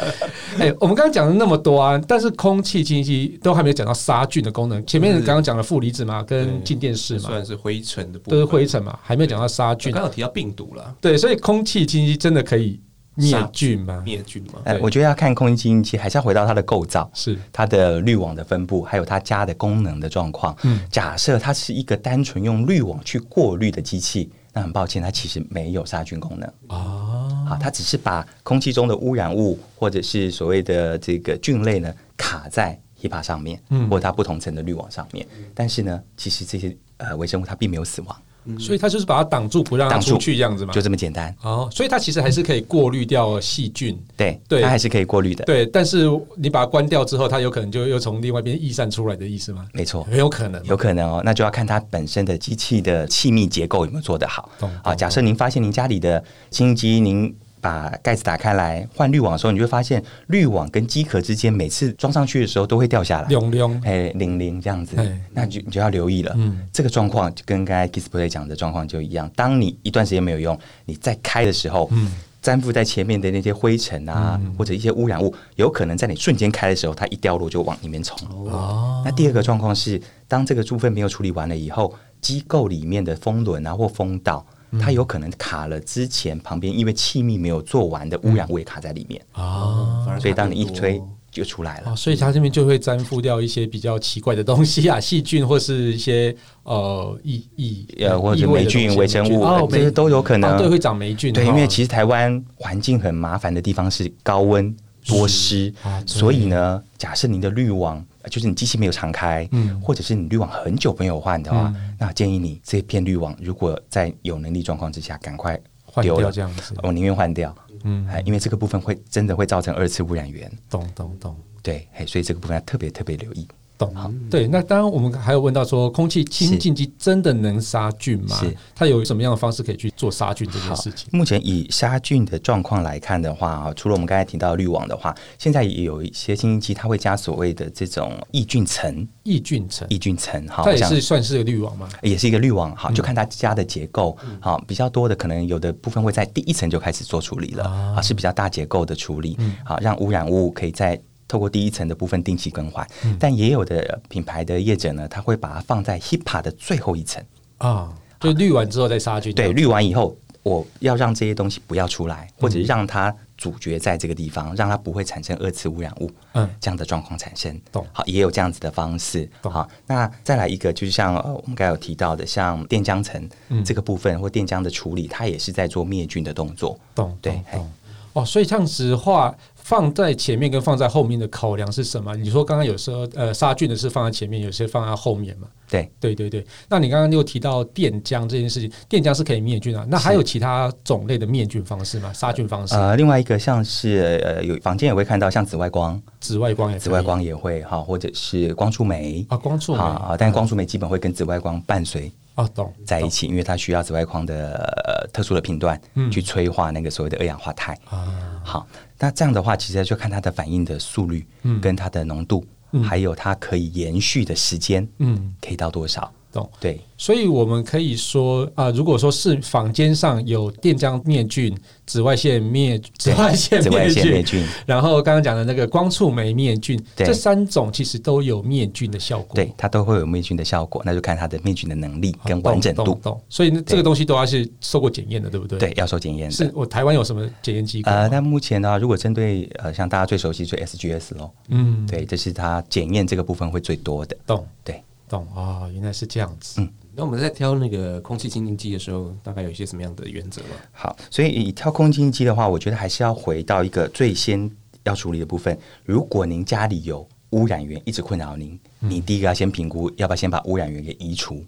Speaker 2: 哎、我们刚刚讲了那么多啊，但是空气清新机都还没有讲到杀菌的功能。前面刚刚讲了负离子嘛，跟静电式嘛，
Speaker 3: 算是灰尘的部
Speaker 2: 都
Speaker 3: 分，
Speaker 2: 是灰尘嘛，还没有讲到杀
Speaker 3: 我
Speaker 2: 菌
Speaker 3: 刚。刚有提到病毒了，
Speaker 2: 对，所以空气清新机真的可以灭
Speaker 3: 杀
Speaker 2: 菌吗？
Speaker 3: 灭菌嘛，
Speaker 1: 哎，
Speaker 2: 对
Speaker 1: 我觉得要看空气清新机，还是要回到它的构造。
Speaker 2: 是
Speaker 1: 它的滤网的分布，还有它家的功能的状况。
Speaker 2: 嗯
Speaker 1: 假设它是一个单纯用滤网去过滤的机器，那很抱歉，它其实没有杀菌功能。
Speaker 3: 哦
Speaker 2: 啊，
Speaker 1: 啊，它只是把空气中的污染物或者是所谓的这个菌类呢卡在 HEPA 上面，
Speaker 2: 嗯
Speaker 1: 或者它不同层的滤网上面。但是呢，其实这些呃微生物它并没有死亡，
Speaker 3: 嗯
Speaker 2: 所以它就是把它挡住，不让它
Speaker 1: 挡住
Speaker 2: 出去这样子嘛
Speaker 1: 就。这么简单。
Speaker 2: 哦，所以它其实还是可以过滤掉细菌。
Speaker 1: 对，
Speaker 2: 对
Speaker 1: 它还是可以过滤的。
Speaker 2: 对，但是你把它关掉之后，它有可能就又从另外一边溢散出来的意思吗？
Speaker 1: 没错，
Speaker 2: 很有可能嘛。
Speaker 1: 有可能哦，那就要看它本身的机器的气密结构有没有做得好
Speaker 2: 懂
Speaker 1: 啊。假设您发现您家里的清新机，您把盖子打开来换滤网的时候，你就会发现滤网跟机壳之间每次装上去的时候都会掉下来，
Speaker 2: 用用
Speaker 1: 哎零零这样子
Speaker 2: 哎，
Speaker 1: 那你就你就要留意了。
Speaker 2: 嗯
Speaker 1: 这个状况就跟刚才 Display 讲的状况就一样，当你一段时间没有用，你再开的时候，
Speaker 2: 嗯
Speaker 1: 粘附在前面的那些灰尘啊，或者一些污染物，有可能在你瞬间开的时候，它一掉落就往里面冲。
Speaker 2: 哦
Speaker 1: 那第二个状况是，当这个猪粪没有处理完了以后，机构里面的风轮啊或风道，
Speaker 2: 嗯
Speaker 1: 它有可能卡了之前旁边因为气密没有做完的污染物也卡在里面，
Speaker 2: 啊。
Speaker 3: 反而
Speaker 1: 所以当你
Speaker 3: 更
Speaker 1: 一
Speaker 3: 多
Speaker 1: 吹就出来了
Speaker 2: 哦，。所以它这边就会粘附掉一些比较奇怪的东西啊，细菌或是一些呃异异
Speaker 1: 呃，或
Speaker 2: 异
Speaker 1: 者霉
Speaker 2: 味的东西
Speaker 1: 菌、微生物，
Speaker 2: 哦
Speaker 1: 呃，这些都有可
Speaker 2: 霉啊
Speaker 1: 能。
Speaker 2: 对会长霉菌，
Speaker 1: 对，
Speaker 2: 哦
Speaker 1: 因为其实台湾环境很麻烦的地方是高温多湿
Speaker 2: 啊，对
Speaker 1: 所以呢，假设你的滤网呃就是你机器没有常开，
Speaker 2: 嗯
Speaker 1: 或者是你滤网很久没有换的话，那建议你这片滤网如果在有能力状况之下，赶快
Speaker 2: 换
Speaker 1: 丢
Speaker 2: 掉
Speaker 1: 了哦
Speaker 2: 这样子，
Speaker 1: 我宁愿换掉，
Speaker 2: 嗯，
Speaker 1: 哎，因为这个部分会真的会造成二次污染源，
Speaker 2: 懂懂懂。
Speaker 1: 对，嘿，所以这个部分要特别特别留意。
Speaker 2: 懂对，那当然我们还有问到说，空气清净机真的能杀菌吗
Speaker 1: 是？
Speaker 2: 它有什么样的方式可以去做杀菌这件
Speaker 1: 好
Speaker 2: 事情？
Speaker 1: 目前以杀菌的状况来看的话啊，除了我们刚才提到的滤网的话，现在也有一些清新机，它会加所谓的这种抑菌层，
Speaker 2: 抑菌层，
Speaker 1: 抑菌层哈，
Speaker 2: 它也
Speaker 1: 我想
Speaker 2: 是嗯算是个滤网嘛？
Speaker 1: 也是一个滤网，好，就看它家的结构，好，比较多的可能有的部分会在第一层就开始做处理了，啊，是比较大结构的处理，
Speaker 2: 嗯
Speaker 1: 好，让污染物可以在。透过第一层的部分定期更换，
Speaker 2: 嗯
Speaker 1: 但也有的品牌的业者呢，他会把它放在 HIPAA 的最后一层。
Speaker 2: 啊，就滤完之后再杀菌。
Speaker 1: 对，，滤完以后，我要让这些东西不要出来，或者
Speaker 2: 嗯
Speaker 1: 让它阻绝在这个地方，让它不会产生二次污染物。
Speaker 2: 嗯
Speaker 1: 这样的状况产生。
Speaker 2: 懂
Speaker 1: 好，也有这样子的方式。
Speaker 2: 懂
Speaker 1: 好，那再来一个，就是像呃我们刚才有提到的，像电浆层、
Speaker 2: 嗯
Speaker 1: 这个部分或电浆的处理，它也是在做灭菌的动作。
Speaker 2: 懂，
Speaker 1: 对
Speaker 2: 懂
Speaker 1: 嘿
Speaker 2: 懂。哦，所以这样子的话，放在前面跟放在后面的考量是什么？你说刚刚有时候呃杀菌的是放在前面，有些放在后面嘛？
Speaker 1: 对，
Speaker 2: 对对对。那你刚刚又提到电浆这件事情，电浆是可以灭菌啊。那还有其他种类的灭菌方式吗？杀菌方式，
Speaker 1: 呃，另外一个像是呃，有房间也会看到像紫外光，
Speaker 2: 紫外光也可以
Speaker 1: 紫外光也会哈，或者是光触媒。
Speaker 2: 啊，光触
Speaker 1: 好
Speaker 2: 媒
Speaker 1: 啊，但光触媒基本会跟紫外光伴随
Speaker 2: 啊，懂
Speaker 1: 在一起，因为它需要紫外光的、呃、特殊的频段
Speaker 2: 嗯
Speaker 1: 去催化那个所谓的二氧化钛。
Speaker 2: 啊，
Speaker 1: 好，那这样的话，其实就看它的反应的速率，
Speaker 2: 嗯
Speaker 1: 跟它的浓度，还有它可以延续的时间，
Speaker 2: 嗯，
Speaker 1: 可以到多少？
Speaker 2: 懂。
Speaker 1: 对，
Speaker 2: 所以我们可以说啊、如果说是房间上有电浆灭菌、紫外线灭、紫外线
Speaker 1: 紫外
Speaker 2: 灭
Speaker 1: 线
Speaker 2: 菌，哦
Speaker 1: 灭菌，
Speaker 2: 然后刚刚讲的那个光触媒灭菌，
Speaker 1: 对
Speaker 2: 这三种其实都有灭菌的效果。
Speaker 1: 对，它都会有灭菌的效果，那就看它的灭菌的能力
Speaker 2: 好，
Speaker 1: 跟完整
Speaker 2: 啊懂懂
Speaker 1: 度。
Speaker 2: 懂所以呢，这个东西都要是受过检验的，对不对？
Speaker 1: 对，，要受检验
Speaker 2: 是
Speaker 1: 的。
Speaker 2: 我台湾有什么检验机构吗？
Speaker 1: 呃，那目前呢，如果针对呃，像大家最熟悉就 SGS 咯，
Speaker 2: 嗯，
Speaker 1: 对，这是它检验这个部分会最多的。
Speaker 2: 懂
Speaker 1: 对，
Speaker 2: 懂啊、哦，原来是这样子。
Speaker 1: 嗯
Speaker 3: 那我们在挑那个空气清净剂的时候，大概有一些什么样的原则 吗？
Speaker 1: 好，所以以跳空净机的话，我觉得还是要回到一个最先要处理的部分。如果您家里有污染源一直困扰您，
Speaker 2: 嗯
Speaker 1: 你第一个要先评估要不要先把污染源给移除。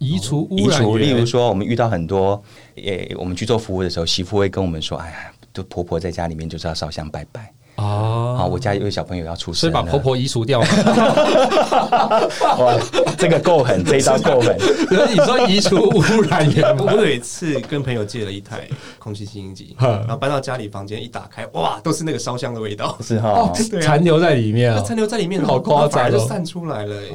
Speaker 2: 移除
Speaker 1: 移
Speaker 2: 污染
Speaker 1: 除，例
Speaker 2: 源
Speaker 1: 如说我们遇到很多，诶、我们去做服务的时候，媳妇会跟我们说：“哎呀，就婆婆在家里面就是要烧香拜拜。”啊，
Speaker 2: 哦，
Speaker 1: 我家有个小朋友要出生
Speaker 2: 所以
Speaker 1: 了，
Speaker 2: 把 婆婆移除掉嘛。
Speaker 1: 哇，哦这个够 狠，这一刀够狠。
Speaker 2: 你说移除污染源
Speaker 3: 我
Speaker 2: 吗？
Speaker 3: 我有一次跟朋友借了一台空气清新机，
Speaker 2: 嗯
Speaker 3: 然后搬到家里房间一打开，哇，都是那个烧香的味 道，
Speaker 1: 是哈
Speaker 2: 哦，，
Speaker 3: 对啊
Speaker 2: 残留在里面
Speaker 3: 那
Speaker 2: 啊
Speaker 3: 残留在里面，
Speaker 2: 好夸张哦
Speaker 3: 它反而就散出来了、欸。它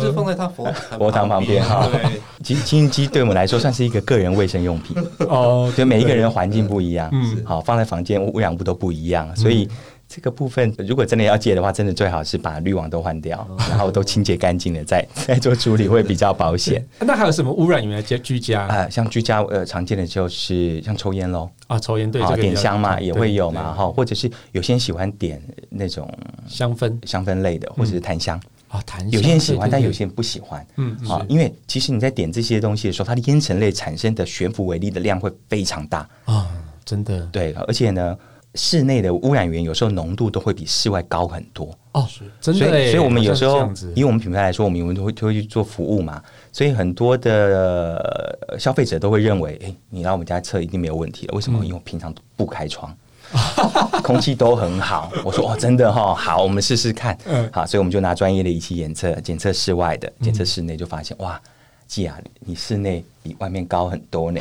Speaker 3: 就
Speaker 2: 哦
Speaker 3: 放在他佛 坛
Speaker 1: 佛堂旁边哈
Speaker 3: 对，
Speaker 1: 其实清新机对我们来说算是一个个人卫生用品，
Speaker 2: 哦，
Speaker 1: 所以每一个人环境不一样，
Speaker 2: 嗯
Speaker 1: 好放在房间污染物都不一样，所以这个部分如果真的要戒的话，真的最好是把滤网都换掉，
Speaker 2: 哦
Speaker 1: 然后都清洁干净了再 再做处理会比较保险。
Speaker 2: 那还有什么污染源来居居家
Speaker 1: 啊，像居家呃常见的就是像抽烟喽，
Speaker 2: 啊？抽烟对这
Speaker 1: 啊
Speaker 2: 个比较
Speaker 1: 点香嘛
Speaker 2: 对
Speaker 1: 也会有嘛哈，或者是有些人喜欢点那种
Speaker 2: 香氛
Speaker 1: 香氛类的，或者是檀香，
Speaker 2: 啊，檀
Speaker 1: 有些人喜欢，但有
Speaker 2: 些
Speaker 1: 些人不喜欢。
Speaker 2: 嗯嗯
Speaker 1: 啊，因为其实你在点这些东西的时候，它的烟尘类产生的悬浮微粒的量会非常大，
Speaker 2: 啊，真的
Speaker 1: 对，而且呢，室内的污染源有时候浓度都会比室外高很多，
Speaker 2: 哦，真
Speaker 1: 所
Speaker 2: 的
Speaker 1: 以
Speaker 2: 欸，
Speaker 1: 所以我们有时
Speaker 2: 好
Speaker 1: 候
Speaker 2: 像是这样子，
Speaker 1: 因为我们品牌来说，我们有都会都会去做服务嘛，所以很多的呃消费者都会认为，哎、你来我们家测一定没有问题了，为什么？因为我平常不开窗。空气都很好，我说哦，真的哈、哦，好，我们试试看。
Speaker 2: 嗯
Speaker 1: 好，所以我们就拿专业的仪器检测，检测室外的，检测室内，就发现、哇，季啊，你室内比外面高很多呢。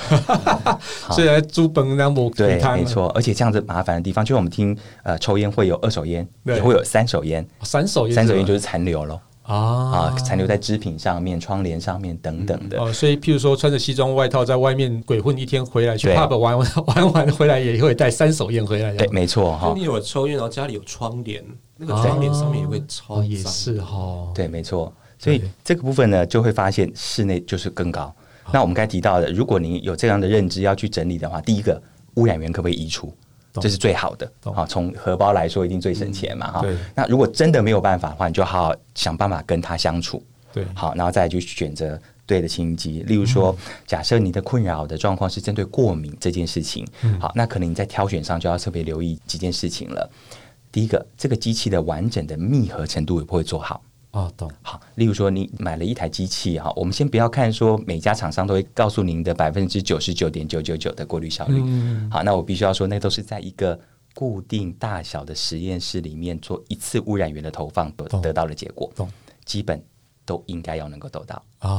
Speaker 2: 所以来租本那我
Speaker 1: 对，没，错，而且这样子麻烦的地方，就是我们听呃抽烟会有二手烟，
Speaker 2: 对
Speaker 1: 也会有三手烟，
Speaker 2: 哦三手烟，
Speaker 1: 三手烟就是残留咯，
Speaker 2: 啊
Speaker 1: 啊，残留在织品上面、窗帘上面等等的。
Speaker 2: 哦，所以譬如说穿着西装外套在外面鬼混一天回来去
Speaker 1: 对
Speaker 2: pub 玩玩玩完回来也会带三手烟回来，
Speaker 1: 对，没错哈
Speaker 3: 就你，有抽烟，然后家里有窗帘，那个
Speaker 2: 哦
Speaker 3: 窗帘上面也会超
Speaker 2: 哦
Speaker 3: 脏，
Speaker 2: 也是哦哈，
Speaker 1: 对，没错。所以
Speaker 2: 对啊
Speaker 1: 这个部分呢，就会发现室内就是更高。那我们刚才提到的，如果你有这样的认知要去整理的话，第一个污染源可不可以移除？
Speaker 2: 懂
Speaker 1: 这是最好的，
Speaker 2: 懂嗯
Speaker 1: 好，从荷包来说一定最省钱嘛，哈
Speaker 2: 对。
Speaker 1: 那如果真的没有办法的话，你就好好想办法跟他相处，
Speaker 2: 对，
Speaker 1: 好，然后再来去选择对的清新剂。例如说，假设你的困扰的状况是针对过敏这件事情，好，那可能你在挑选上就要特别留意几件事情了。第一个，这个机器的完整的密合程度也不会做好。
Speaker 2: 哦懂，
Speaker 1: 好，例如说你买了一台机器哈，我们先不要看说每家厂商都会告诉您的百分之九十九点九九九的过滤效率。
Speaker 2: 嗯
Speaker 1: 好，那我必须要说，那都是在一个固定大小的实验室里面做一次污染源的投放得
Speaker 2: 懂
Speaker 1: 得到的结果
Speaker 2: 懂，
Speaker 1: 基本都应该要能够得到。
Speaker 2: 啊。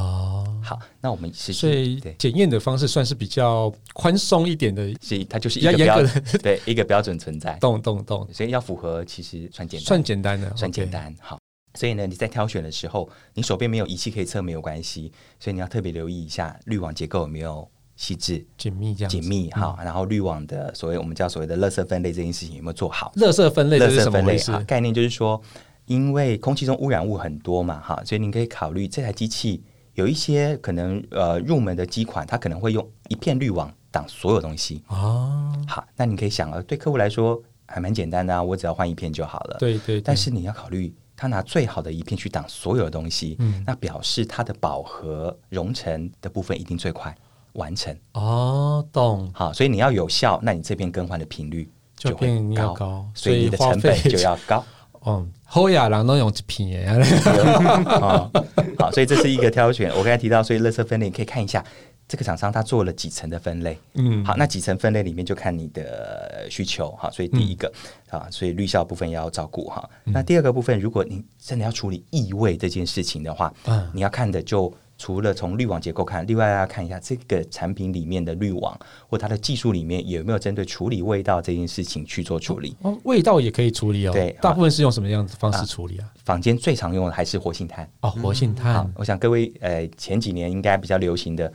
Speaker 1: 好，那我们实
Speaker 2: 所
Speaker 1: 际
Speaker 2: 以
Speaker 1: 对，
Speaker 2: 检验的方式算是比较宽松一点的，
Speaker 1: 所以它就是一
Speaker 2: 比较
Speaker 1: 个
Speaker 2: 严
Speaker 1: 标
Speaker 2: 格
Speaker 1: 对一个标准存在，
Speaker 2: 动动动，
Speaker 1: 所以要符合其实算简单，
Speaker 2: 算简单的，
Speaker 1: 算简
Speaker 2: OK。
Speaker 1: 单。好，所以呢，你在挑选的时候，你手边没有仪器可以测没有关系，所以你要特别留意一下滤网结构有没有细致、
Speaker 2: 紧密这样子嗯
Speaker 1: 紧。密哈，然后滤网的所谓我们叫所谓的垃圾分类这件事情有没有做好？
Speaker 2: 垃圾分类
Speaker 1: 垃
Speaker 2: 这
Speaker 1: 圾
Speaker 2: 是什么
Speaker 1: 分类
Speaker 2: 回事？
Speaker 1: 概念就是说，因为空气中污染物很多嘛哈，所以你可以考虑这台机器有一些可能呃入门的机款，它可能会用一片滤网挡所有东西。
Speaker 2: 啊，
Speaker 1: 好，那你可以想啊，对客户来说还蛮简单的啊，我只要换一片就好了。
Speaker 2: 对对，
Speaker 1: 但是你要考虑，他拿最好的一片去挡所有的东西，
Speaker 2: 嗯
Speaker 1: 那表示它的饱和溶成的部分一定最快完成。
Speaker 2: 哦，懂
Speaker 1: 好，所以你要有效，那你这边更换的频率
Speaker 2: 就
Speaker 1: 会
Speaker 2: 变你要
Speaker 1: 高，
Speaker 2: 高
Speaker 1: 所
Speaker 2: 所以
Speaker 1: 以你的
Speaker 2: 花
Speaker 1: 成本
Speaker 2: 费
Speaker 1: 就要 高。
Speaker 2: 哦，后亚郎都用一片耶，
Speaker 1: 啊、好，所以这是一个挑选。我刚才提到，所以垃圾分类你可以看一下这个厂商它做了几层的分类。
Speaker 2: 嗯，
Speaker 1: 好，那几层分类里面就看你的需求哈，所以第一个、
Speaker 2: 嗯
Speaker 1: 啊，所以绿效部分也要照顾哈。那第二个部分，如果你真的要处理异味这件事情的话，
Speaker 2: 嗯
Speaker 1: 你要看的就除了从滤网结构看，另外要看一下这个产品里面的滤网或它的技术里面有没有针对处理味道这件事情去做处理。
Speaker 2: 哦，味道也可以处理哦。
Speaker 1: 对
Speaker 2: 大部分是用什么样的方式处理啊？
Speaker 1: 坊间最常用的还是活性炭，
Speaker 2: 哦，活性炭
Speaker 1: 我想各位呃前几年应该比较流行的。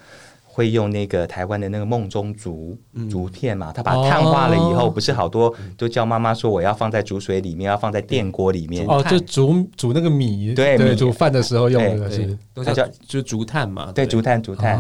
Speaker 1: 会用那个台湾的那个梦中竹竹片嘛，它把它碳化了以后，
Speaker 2: 哦
Speaker 1: 不是好多都叫妈妈说我要放在煮水里面，要放在电锅里面，
Speaker 2: 哦，就煮煮那个米，
Speaker 1: 对米
Speaker 2: 煮饭的时候用的
Speaker 1: 对
Speaker 2: 是
Speaker 3: 对，都
Speaker 1: 它
Speaker 3: 叫
Speaker 1: 叫
Speaker 3: 就是竹炭嘛，
Speaker 1: 对，竹炭竹炭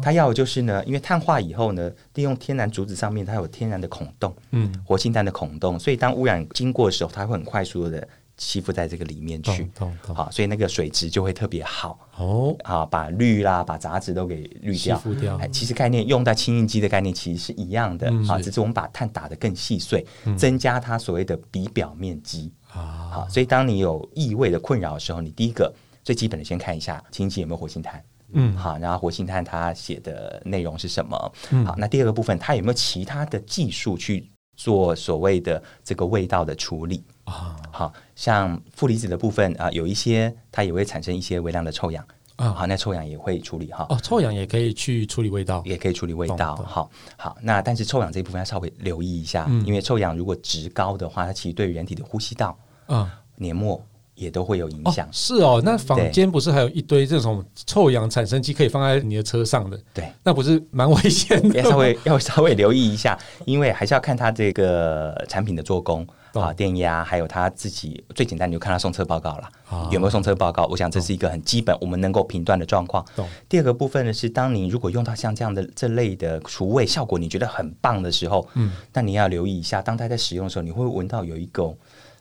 Speaker 1: 啊，它要的就是呢，因为碳化以后呢，利用天然竹子上面它有天然的孔洞，
Speaker 2: 嗯，
Speaker 1: 活性炭的孔洞，所以当污染经过的时候，它会很快速的吸附在这个里面去
Speaker 2: 懂，懂懂。
Speaker 1: 好，所以那个水质就会特别好。
Speaker 2: 哦，
Speaker 1: 啊，把氯啦，把杂质都给滤
Speaker 2: 吸
Speaker 1: 掉
Speaker 2: 附掉。
Speaker 1: 哎其实概念用在清印机的概念其实是一样的、
Speaker 2: 嗯
Speaker 1: 啊，
Speaker 2: 是嗯
Speaker 1: 只是我们把碳打得更细碎，增加它所谓的比表面积。
Speaker 2: 哦
Speaker 1: 啊、所以当你有异味的困扰的时候，你第一个最基本的先看一下亲戚有没有活性炭。
Speaker 4: 嗯
Speaker 1: 好，然后活性炭它写的内容是什么？
Speaker 2: 嗯
Speaker 1: 好，那第二个部分，它有没有其他的技术去做所谓的这个味道的处理？
Speaker 3: 啊
Speaker 1: 好像负离子的部分啊、有一些它也会产生一些微量的臭氧
Speaker 2: 啊
Speaker 1: 好，那臭氧也会处理哈。
Speaker 2: 哦，臭氧也可以去处理味道。
Speaker 1: 也可以处理味
Speaker 2: 懂
Speaker 1: 道，
Speaker 2: 懂
Speaker 1: 好好。那但是臭氧这一部分要稍微留意一下，因为臭氧如果值高的话，它其实对人体的呼吸道、
Speaker 2: 嗯，
Speaker 1: 黏膜也都会有影
Speaker 2: 哦
Speaker 1: 响。，
Speaker 2: 是哦。那坊间不是还有一堆这种臭氧产生机可以放在你的车上的？
Speaker 1: 对，
Speaker 2: 那不是蛮危险的
Speaker 1: 要
Speaker 2: 吗？
Speaker 1: 稍微 要稍微留意一下，因为还是要看它这个产品的做工
Speaker 2: 懂
Speaker 1: 啊、电压，还有它自己最简单，你就看它送测报告了、
Speaker 2: 哦
Speaker 1: 有没有送测报告？我想这是一个很基本我们能够评断的状况
Speaker 2: 懂。
Speaker 1: 第二个部分呢是，当你如果用到像这样的这类的除味效果，你觉得很棒的时候，嗯，那你要留意一下，当它在使用的时候，你会闻到有一种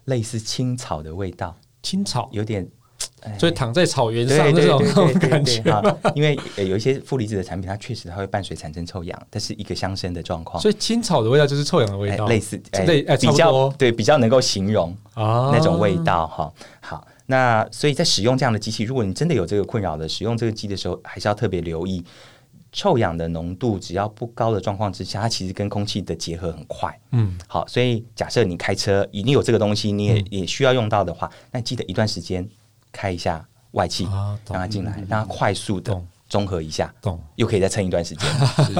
Speaker 1: 类似青草的味道，
Speaker 2: 青草，
Speaker 1: 有点。哎
Speaker 2: 所以躺在草原
Speaker 1: 对
Speaker 2: 上那
Speaker 1: 对
Speaker 2: 种
Speaker 1: 对
Speaker 2: 那种
Speaker 1: 对对
Speaker 2: 感
Speaker 1: 对
Speaker 2: 觉。
Speaker 1: 啊，因为呃有一些负离子的产品，它确实它会伴随产生臭氧，这是一个相生的状况。
Speaker 2: 所以青草的味道就是臭氧的味
Speaker 1: 哦哎
Speaker 2: 道，
Speaker 1: 类似哎
Speaker 2: 类哎
Speaker 1: 比
Speaker 2: 差不
Speaker 1: 较
Speaker 2: 多嗯
Speaker 1: 对比较能够形容
Speaker 2: 啊
Speaker 1: 那种味道哈。好，那所以在使用这样的机器，如果你真的有这个困扰的，使用这个机的时候，还是要特别留意臭氧的浓度，只要不高的状况之下，它其实跟空气的结合很快。
Speaker 2: 嗯，
Speaker 1: 好，所以假设你开车一定有这个东西，你也、也需要用到的话，那你记得一段时间开一下外气，
Speaker 2: 啊懂
Speaker 1: 让它进来，让它快速的
Speaker 2: 懂
Speaker 1: 中和一下，
Speaker 2: 懂。
Speaker 1: 又可以再撑一段时间。
Speaker 3: 是是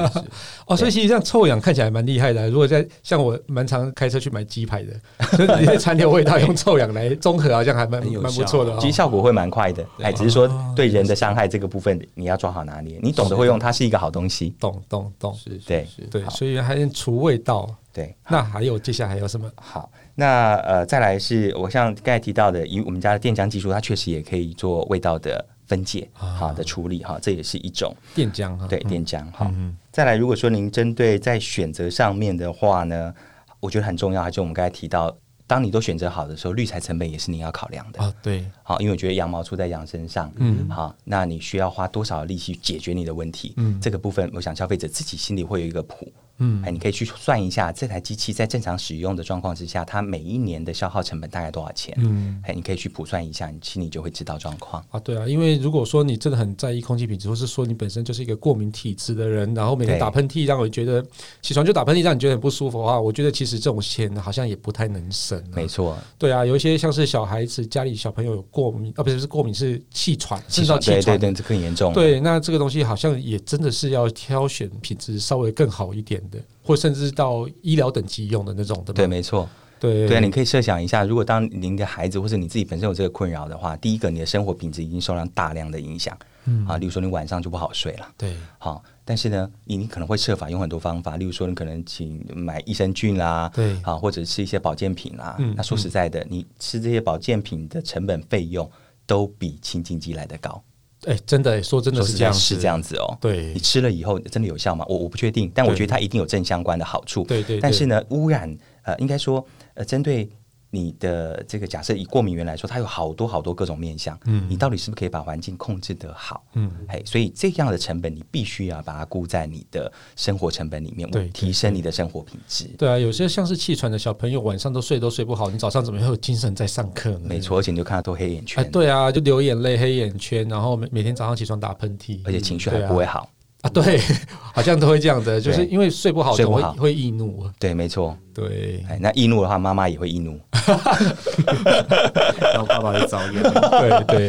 Speaker 2: 哦，所以其实这样臭氧看起来蛮厉害的啊、如果在像我蛮常开车去买鸡排的， 所以你些残留味道用臭氧来 综合，好像还蛮
Speaker 3: 很有效
Speaker 2: 蛮不错的、哦
Speaker 1: 其。实效果会蛮快的，哎，只是说对人的伤害这个部分你要抓好拿捏，你懂得会用，它是一个好东西。
Speaker 2: 懂懂懂，
Speaker 3: 是是，
Speaker 1: 对
Speaker 3: 是
Speaker 2: 对，
Speaker 1: 好
Speaker 2: 所以还能除味道。
Speaker 1: 对，
Speaker 2: 那还有接下来还有什么？
Speaker 1: 好，那呃，再来是我像刚才提到的，以我们家的电浆技术，它确实也可以做味道的分解，好的处理哈，这也是一种
Speaker 2: 电浆啊，
Speaker 1: 对电浆啊哈。嗯再来，如果说您针对在选择上面的话呢，我觉得很重要，还是我们刚才提到。当你都选择好的时候，滤材成本也是您要考量的。
Speaker 2: 啊，对，
Speaker 1: 好，因为我觉得羊毛出在羊身上，嗯，好，那你需要花多少的力气解决你的问题？嗯，这个部分我想消费者自己心里会有一个谱，嗯，哎，你可以去算一下这台机器在正常使用的状况之下，它每一年的消耗成本大概多少钱？嗯，哎，你可以去卜算一下，你心里就会知道状况。
Speaker 2: 啊，对啊，因为如果说你真的很在意空气品质，或是说你本身就是一个过敏体质的人，然后每天
Speaker 1: 对
Speaker 2: 打喷嚏，让我觉得起床就打喷嚏，让你觉得很不舒服的话，我觉得其实这种钱好像也不太能省、啊。
Speaker 1: 没错，
Speaker 2: 对啊，有一些像是小孩子家里小朋友有过敏啊，不是不是过敏是气喘，
Speaker 1: 至
Speaker 2: 甚至到
Speaker 1: 少
Speaker 2: 气
Speaker 1: 对
Speaker 2: 喘
Speaker 1: 对。对，这更严重了。
Speaker 2: 对，那这个东西好像也真的是要挑选品质稍微更好一点的，或甚至到医疗等级用的那种的。
Speaker 1: 对，没错。
Speaker 2: 对
Speaker 1: 对啊，你可以设想一下，如果当您的孩子或者你自己本身有这个困扰的话，第一个，你的生活品质已经受到大量的影响，嗯啊，例如说你晚上就不好睡了。
Speaker 2: 对
Speaker 1: 好，但是呢，你你可能会设法用很多方法，例如说你可能请买益生菌啦，
Speaker 2: 对
Speaker 1: 啊，或者吃一些保健品啦。
Speaker 2: 嗯
Speaker 1: 那说实在的，你吃这些保健品的成本费用都比清净剂来的高，
Speaker 2: 哎、真的、哎说真的
Speaker 1: 说
Speaker 2: 是
Speaker 1: 实
Speaker 2: 这
Speaker 1: 在
Speaker 2: 样，
Speaker 1: 是这。样子哦。
Speaker 2: 对
Speaker 1: 你吃了以后真的有效吗？我我不确定，但我觉得它一定有正相关的好处。
Speaker 2: 对对对
Speaker 1: 但是呢，污染呃，应该说呃，针对你的这个假设以过敏源来说，它有好多好多各种面向。嗯，你到底是不是可以把环境控制得好？
Speaker 2: 嗯，
Speaker 1: 嘿，所以这样的成本你必须要把它估在你的生活成本里面，
Speaker 2: 对对
Speaker 1: 提升你的生活品质。
Speaker 2: 对啊，有些像是气喘的小朋友，晚上都睡都睡不好，你早上怎么会有精神在上课呢？
Speaker 1: 没。错，而且你就看到都黑眼圈，
Speaker 2: 哎，对啊，就流眼泪、黑眼圈，然后每每天早上起床打喷嚏，
Speaker 1: 而且情绪
Speaker 2: 对
Speaker 1: 还
Speaker 2: 啊
Speaker 1: 不会好。
Speaker 2: 啊，对， 好像都会这样的，就是
Speaker 1: 对
Speaker 2: 因为睡不好，
Speaker 1: 睡不
Speaker 2: 总会
Speaker 1: 好
Speaker 2: 会易怒。啊
Speaker 1: 对，没错。
Speaker 2: 对
Speaker 1: 哎，那易怒的话，妈妈也会易怒。
Speaker 3: 然后爸爸就遭殃了，
Speaker 2: 对对，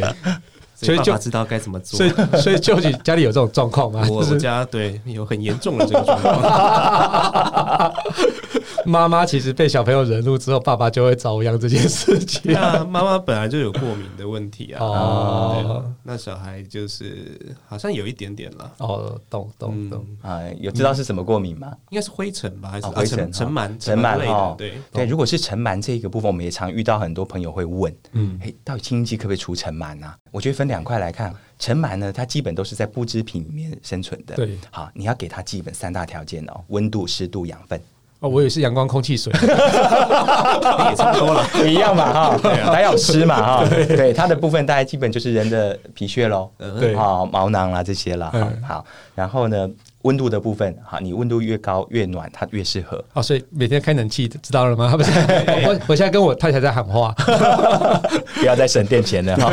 Speaker 3: 所
Speaker 2: 所以
Speaker 3: 以爸
Speaker 2: 就
Speaker 3: 爸知道该怎么做
Speaker 2: 所。以所以舅舅家里有这种状况吗？
Speaker 3: 我
Speaker 2: 就
Speaker 3: 我
Speaker 2: 是
Speaker 3: 家对有很严重的这个状况，
Speaker 2: 妈妈其实被小朋友惹怒之后，爸爸就会遭殃这件事情。
Speaker 3: 那妈妈本来就有过敏的问题啊，对
Speaker 2: 哦
Speaker 3: 啊，那小孩就是好像有一点点啦，
Speaker 2: 哦，懂懂
Speaker 3: 嗯
Speaker 2: 懂。
Speaker 1: 啊、有知道是什么过敏吗？
Speaker 2: 嗯
Speaker 3: 应该是灰尘吧，还是
Speaker 1: 啊，
Speaker 3: 啊
Speaker 1: 灰尘、
Speaker 3: 尘尘螨、
Speaker 1: 尘螨
Speaker 3: 类
Speaker 1: 哦
Speaker 3: 的，，对，
Speaker 1: 对。如果是尘螨这一个部分，我们也常遇到很多朋友会问，嗯，诶，到底清洁剂可不可以除尘螨啊？我觉得分两块来看，尘螨呢，它基本都是在不织品里面生存的，
Speaker 2: 对
Speaker 1: 好，你要给它基本三大条件哦，温度、湿度、养分。
Speaker 5: 哦，我以为是阳光空气水，
Speaker 3: 你也差不多了。
Speaker 1: 一样嘛哈，
Speaker 5: 啊
Speaker 1: 还有吃嘛 哈，对它的部分大概基本就是人的皮屑喽，
Speaker 5: 嗯对
Speaker 1: 好毛囊啦这些啦，哈
Speaker 5: 嗯
Speaker 1: 好，然后呢温度的部分，哈，你温度越高越暖，它越适 合。
Speaker 5: 哦，所以每天开冷气，知道了吗？不是， 我我现在跟我太太在喊话，
Speaker 1: 不要再省电 钱了哈。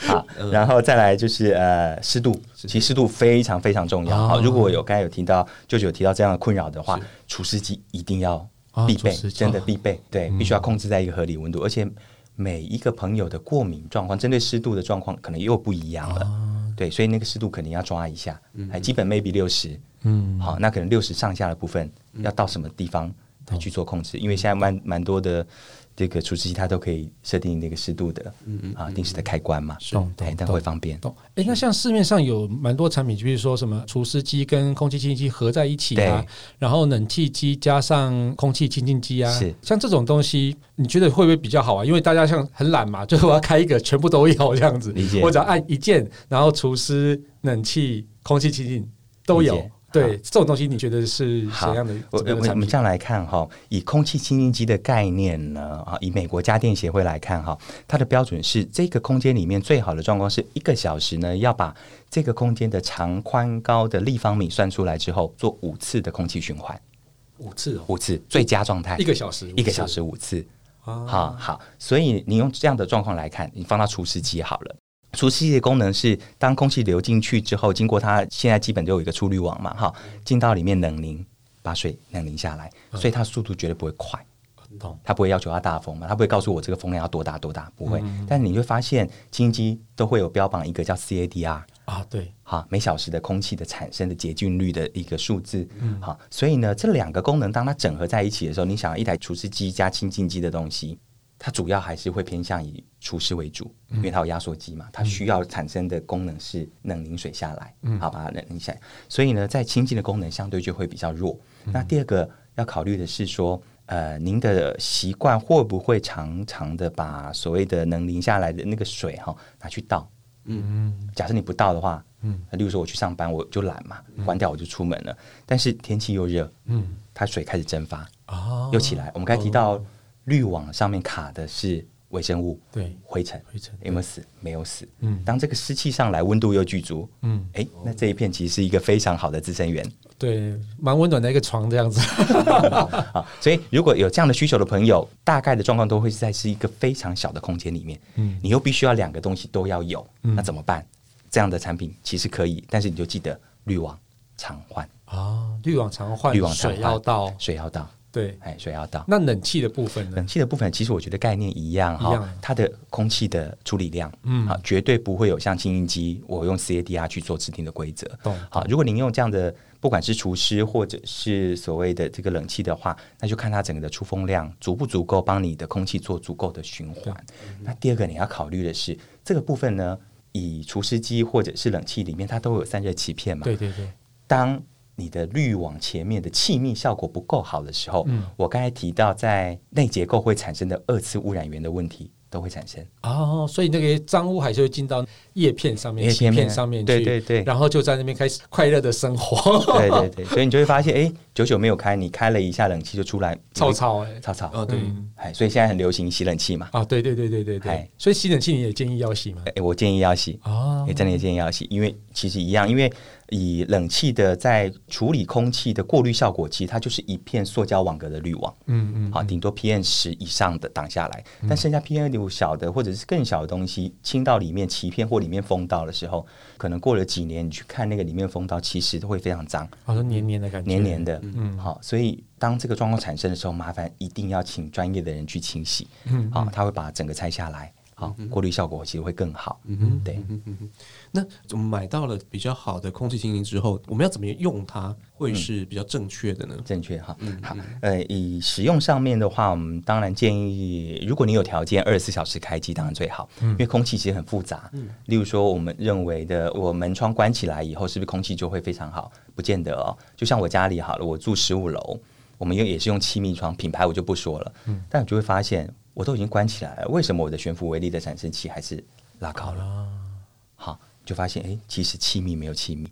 Speaker 1: 好，
Speaker 5: 嗯
Speaker 1: 然后再来就是呃湿度，其实湿度非常非常重要。好，
Speaker 5: 哦
Speaker 1: 如果有刚才有听到舅舅有提到这样的困扰的话，除湿机一定要
Speaker 5: 啊
Speaker 1: 必备，
Speaker 5: 除湿机
Speaker 1: 真的必备，对，
Speaker 5: 嗯
Speaker 1: 必须要控制在一个合理温度，而且每一个朋友的过敏状况，针对湿度的状况可能又不一样了。
Speaker 5: 啊
Speaker 1: 对，所以那个湿度肯定要抓一下，
Speaker 5: 嗯
Speaker 1: 哎，基本 maybe 六十，嗯，好，那可能六十上下的部分
Speaker 5: 嗯
Speaker 1: 要到什么地方来去做
Speaker 5: 哦
Speaker 1: 控制？因为现在蛮蛮多的这个除湿机它都可以设定那个湿度的，
Speaker 5: 嗯
Speaker 1: 啊，定时的开关嘛，
Speaker 5: 懂
Speaker 1: 哎
Speaker 5: 懂，
Speaker 1: 但会方便。
Speaker 5: 懂？哎、那像市面上有蛮多产品，比如说什么除湿机跟空气清净机合在一起啊
Speaker 1: 对，
Speaker 5: 然后冷气机加上空气清净机啊，
Speaker 1: 是
Speaker 5: 像这种东西，你觉得会不会比较好啊？因为大家像很懒嘛， 就是我要开一个全部都要这样子，
Speaker 1: 理解
Speaker 5: 我只要按一键，然后除湿、冷气、空气清净都
Speaker 1: 理
Speaker 5: 有
Speaker 1: 解。
Speaker 5: 对，这种东西你觉得是什
Speaker 1: 好
Speaker 5: 么样的，
Speaker 1: 我
Speaker 5: 怎么样的
Speaker 1: 我我
Speaker 5: 产
Speaker 1: 们
Speaker 5: 品
Speaker 1: 这？样来看哈，以空气清净机的概念呢，啊，以美国家电协会来看哈，它的标准是这个空间里面最好的状况是一个小时呢，要把这个空间的长宽高的立方米算出来之后，做五次的空气循环，
Speaker 5: 五次哦，
Speaker 1: 五次最佳状态，
Speaker 5: 一个小时，哦
Speaker 1: 一个小
Speaker 5: 时。
Speaker 1: 时五次。
Speaker 5: 啊
Speaker 1: 好好，所以你用这样的状况来看，你放到除湿机好了。除湿机的功能是，当空气流进去之后，经过它现在基本都有一个出滤网嘛，哈，进到里面冷凝，把水冷凝下来，所以它速度绝对不会快。
Speaker 5: 懂
Speaker 1: 它不会要求它大风嘛，它不会告诉我这个风量要多大多大，不会。但你会发现，清机都会有标榜一个叫 CADR，
Speaker 5: 啊？对，
Speaker 1: 好，每小时的空气的产生的洁净率的一个数字，好，所以呢，这两个功能当它整合在一起的时候，你想一台除湿机加清净机的东西，它主要还是会偏向以除湿为主，因为它有压缩机嘛，它需要产生的功能是冷凝水下来，好把它冷凝下来，所以呢，在清净的功能相对就会比较弱。那第二个要考虑的是说。呃，您的习惯会不会常常的把所谓的能凝下来的那个水哈、拿去倒？假设你不到的话，嗯，例如说我去上班，我就懒嘛，
Speaker 5: 嗯
Speaker 1: 关掉我就出门了。但是天气又热，嗯，它水开始蒸发，
Speaker 5: 哦，
Speaker 1: 又起来。我们刚才提到滤网上面卡的是微生物，
Speaker 5: 对
Speaker 1: 灰尘，
Speaker 5: 灰尘
Speaker 1: 有没有死？没有死。
Speaker 5: 嗯
Speaker 1: 当这个湿气上来，温度又具足，
Speaker 5: 嗯，
Speaker 1: 哎，那这一片其实是一个非常好的滋生源。
Speaker 5: 对，蛮温暖的一个床这样子。
Speaker 1: 啊，所以如果有这样的需求的朋友，大概的状况都会是在是一个非常小的空间里面，嗯，你又必须要两个东西都要有，
Speaker 5: 嗯
Speaker 1: 那怎么办？这样的产品其实可以，但是你就记得滤网常换，
Speaker 5: 啊，滤网常换，
Speaker 1: 哦滤网常
Speaker 5: 水
Speaker 1: 换
Speaker 5: 要到，
Speaker 1: 水要到，
Speaker 5: 对。
Speaker 1: 哎，水要到。
Speaker 5: 那冷气的部分呢
Speaker 1: 冷？气的部分，其实我觉得概念一样
Speaker 5: 一
Speaker 1: 哈
Speaker 5: 样，
Speaker 1: 它的空气的处理量，嗯，好，绝对不会有像清净机，我用 CADR 去做制定的规则
Speaker 5: 懂。
Speaker 1: 好，如果您用这样的，不管是除湿或者是所谓的这个冷气的话，那就看它整个的出风量足不足够帮你的空气做足够的循环。那第二个你要考虑的是，这个部分呢，以除湿机或者是冷气里面，它都有散热鳍片嘛，
Speaker 5: 对对对，
Speaker 1: 当你的滤网前面的气密效果不够好的时候，
Speaker 5: 嗯
Speaker 1: 我刚才提到在内结构会产生的二次污染源的问题都会产生。
Speaker 5: 哦，所以那个脏污还是会进到叶片上面、
Speaker 1: 叶
Speaker 5: 鳍
Speaker 1: 片面
Speaker 5: 片上面去，
Speaker 1: 对对对
Speaker 5: 然后就在那边开始快乐的生 活，
Speaker 1: 对对对，所以你就会发现，哎，久久没有开，你开了一下冷气就出来
Speaker 5: 吵，吵哎，
Speaker 1: 吵吵。
Speaker 3: 哦，对，
Speaker 1: 哎，所以现在很流行洗冷气嘛。
Speaker 5: 啊，对对对对对
Speaker 1: 哎
Speaker 5: 对，所以吸冷气你也建议要洗嘛？
Speaker 1: 哎，我建议要洗。哎
Speaker 5: 哦
Speaker 1: 也，真的建议要洗，因为其实一样，因为以冷气的在处理空气的过滤效果，其实它就是一片塑胶网格的滤网，
Speaker 5: 嗯嗯，
Speaker 1: 好，顶多 PM 十以上的挡下来，但剩下 PM 六小的或者是更小的东西清到里面鳍片或里面风道的时候，可能过了几年，你去看那个里面风道，其实都会非常脏，
Speaker 5: 好像哦黏黏的感觉，
Speaker 1: 黏黏的。嗯，好，所以当这个状况产生的时候，麻烦一定要请专业的人去清洗。嗯，好，他会把整个拆下来，好，过滤效果其实会更好。嗯，对。
Speaker 3: 那我们买到了比较好的空气清新之后，我们要怎么用它会是比较正确的呢？
Speaker 1: 正确哈，好，呃，以使用上面的话，我们当然建议，如果你有条件，二十四小时开机当然最好，因为空气其实很复杂。例如说，我们认为的，我门窗关起来以后，是不是空气就会非常好？不见得哦。就像我家里好了，我住十五楼，我们用也是用气密窗，品牌我就不说了，但我就会发现，我都已经关起来了，为什么我的悬浮微粒的产生器还是拉高了？好，就发现哎，诶其实气密没有气密。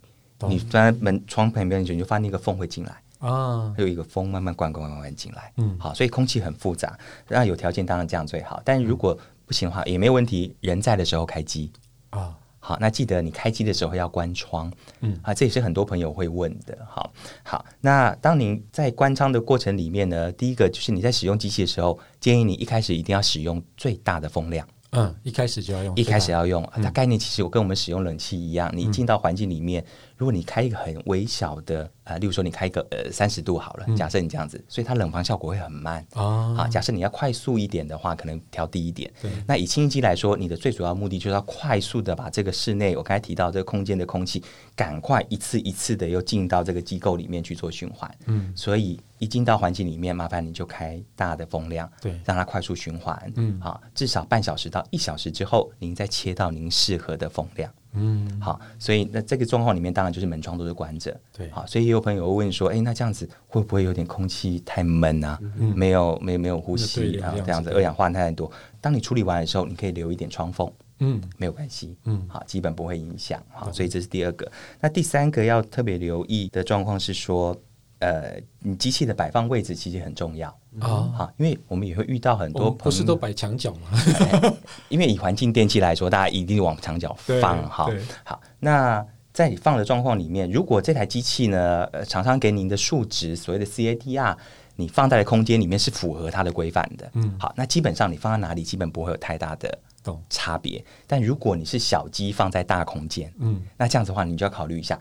Speaker 1: 你钻在门窗旁边，你就发现那个缝会进来，
Speaker 2: 啊，
Speaker 1: 它有一个风慢慢灌灌灌灌进来，
Speaker 2: 嗯
Speaker 1: 好，所以空气很复杂。那有条件当然这样最好，但如果不行的话也没有问题，人在的时候开机。
Speaker 2: 啊，
Speaker 1: 好，那记得你开机的时候要关窗，
Speaker 2: 嗯
Speaker 1: 啊，这也是很多朋友会问的。好，好，那当您在关窗的过程里面呢，第一个就是你在使用机器的时候，建议你一开始一定要使用最大的风量，
Speaker 2: 嗯，一开始就要用，
Speaker 1: 一开始
Speaker 2: 要
Speaker 1: 要用。它概念其实我跟我们使用冷气一样，你进到环境里面，如果你开一个很微小的，呃，例如说你开一个呃三十度好了，假设你这样子，所以它冷房效果会很慢。
Speaker 2: 啊，
Speaker 1: 啊，假设你要快速一点的话，可能调低一点。那以清新机来说，你的最主要目的就是要快速的把这个室内我刚才提到这个空间的空气，赶快一次一次的又进到这个机构里面去做循环。嗯，所以一进到环境里面，麻烦你就开大的风量，
Speaker 2: 对
Speaker 1: 让它快速循环。
Speaker 2: 嗯
Speaker 1: 啊，至少半小时到一小时之后，您再切到您适合的风量。
Speaker 2: 嗯，
Speaker 1: 好，所以那这个状况里面，当然就是门窗都是关着。
Speaker 2: 对
Speaker 1: 好，所以也有朋友会问说，哎、那这样子会不会有点空气太闷啊？没有，没有没有呼
Speaker 2: 没有
Speaker 1: 吸
Speaker 2: 嗯对流
Speaker 1: 啊
Speaker 2: 这样，
Speaker 1: 这样子
Speaker 2: 子
Speaker 1: 二氧化碳太多。当你处理完的时候，你可以留一点窗缝，
Speaker 2: 嗯
Speaker 1: 没有关系。
Speaker 2: 嗯
Speaker 1: 好，基本不会影响。好，所以这是第二个。那第三个要特别留意的状况是说，呃，你机器的摆放位置其实很重要。
Speaker 2: 啊，
Speaker 1: 好，因为我们也会遇到很
Speaker 2: 我
Speaker 1: 多
Speaker 5: 哦
Speaker 2: 们
Speaker 1: 朋友，
Speaker 2: 不是都摆墙角吗？
Speaker 1: 哎因为以环境电器来说，大家一定往长角放
Speaker 2: 对
Speaker 1: 哈
Speaker 2: 对。
Speaker 1: 好，那在你放的状况里面，如果这台机器呢，呃，厂商给您的数值所谓的 CADR，你放在的空间里面是符合它的规范的，嗯，好，那基本上你放在哪里，基本不会有太大的
Speaker 2: 懂
Speaker 1: 差别。但如果你是小机放在大空间，
Speaker 2: 嗯，
Speaker 1: 那这样子的话，你就要考虑一下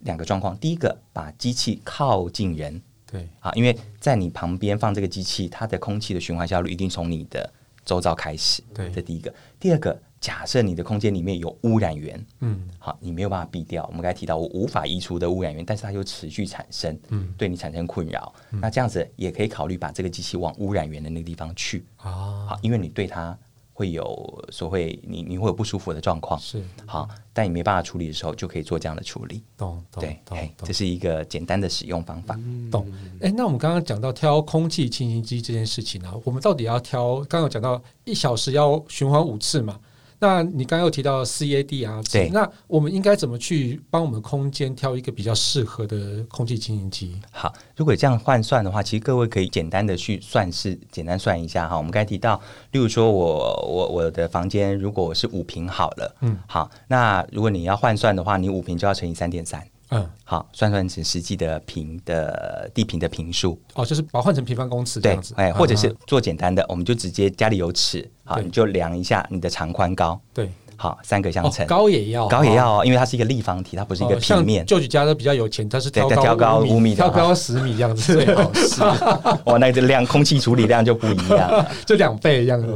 Speaker 1: 两个状况：第一个，把机器靠近人，
Speaker 2: 对，
Speaker 1: 啊，因为在你旁边放这个机器，它的空气的循环效率一定从你的周遭开始。
Speaker 2: 对
Speaker 1: 这第一个。第二个，假设你的空间里面有污染源，
Speaker 2: 嗯，
Speaker 1: 好，你没有办法避掉。我们刚才提到，我无法移除的污染源，但是它又持续产生，嗯，对你产生困扰。
Speaker 2: 嗯
Speaker 1: 那这样子也可以考虑把这个机器往污染源的那个地方去，
Speaker 2: 啊，
Speaker 1: 好，因为你对它会有所谓你你会有不舒服的状况，
Speaker 2: 是
Speaker 1: 好，但你没办法处理的时候，就可以做这样的处理。
Speaker 2: 懂懂
Speaker 1: 对，哎
Speaker 2: 懂
Speaker 1: 嘿
Speaker 2: 懂
Speaker 1: 这是一个简单的使用方法。
Speaker 2: 懂。哎、那我们刚刚讲到挑空气清新机这件事情啊，我们到底要挑？刚刚有讲到一小时要循环五次嘛？那你刚刚又提到 CAD 啊，
Speaker 1: 对
Speaker 2: 那我们应该怎么去帮我们空间挑一个比较适合的空气清新机？
Speaker 1: 好，如果这样换算的话，其实各位可以简单的去算是简单算一下哈。我们刚才提到，例如说我我我的房间如果我是五平好了，嗯，好，那如果你要换算的话，你五平就要乘以三点三，
Speaker 2: 嗯，
Speaker 1: 好，算算成实际的平的地平的平数，
Speaker 2: 哦，就是把它换成平方公尺这
Speaker 1: 对
Speaker 2: 样子，，
Speaker 1: 哎，或者是
Speaker 2: 啊
Speaker 1: 做简单的，我们就直接家里有尺，好，
Speaker 2: 对
Speaker 1: 你就量一下你的长宽高，
Speaker 2: 对，
Speaker 1: 好，三个相
Speaker 2: 哦
Speaker 1: 乘，，
Speaker 2: 高也要，
Speaker 1: 高也
Speaker 2: 哦。
Speaker 1: 要哦，因为它是一个立方体，它不是一个
Speaker 2: 哦
Speaker 1: 平面
Speaker 2: 像，旧举家都比较有钱，他是
Speaker 1: 对
Speaker 2: 挑
Speaker 1: 挑高
Speaker 2: 高
Speaker 1: 五米的
Speaker 2: 挑
Speaker 1: 啊
Speaker 2: 高十米这样子，最好是
Speaker 1: 哇，哦那个量空气处理量就不一样了，
Speaker 2: 就两倍这样子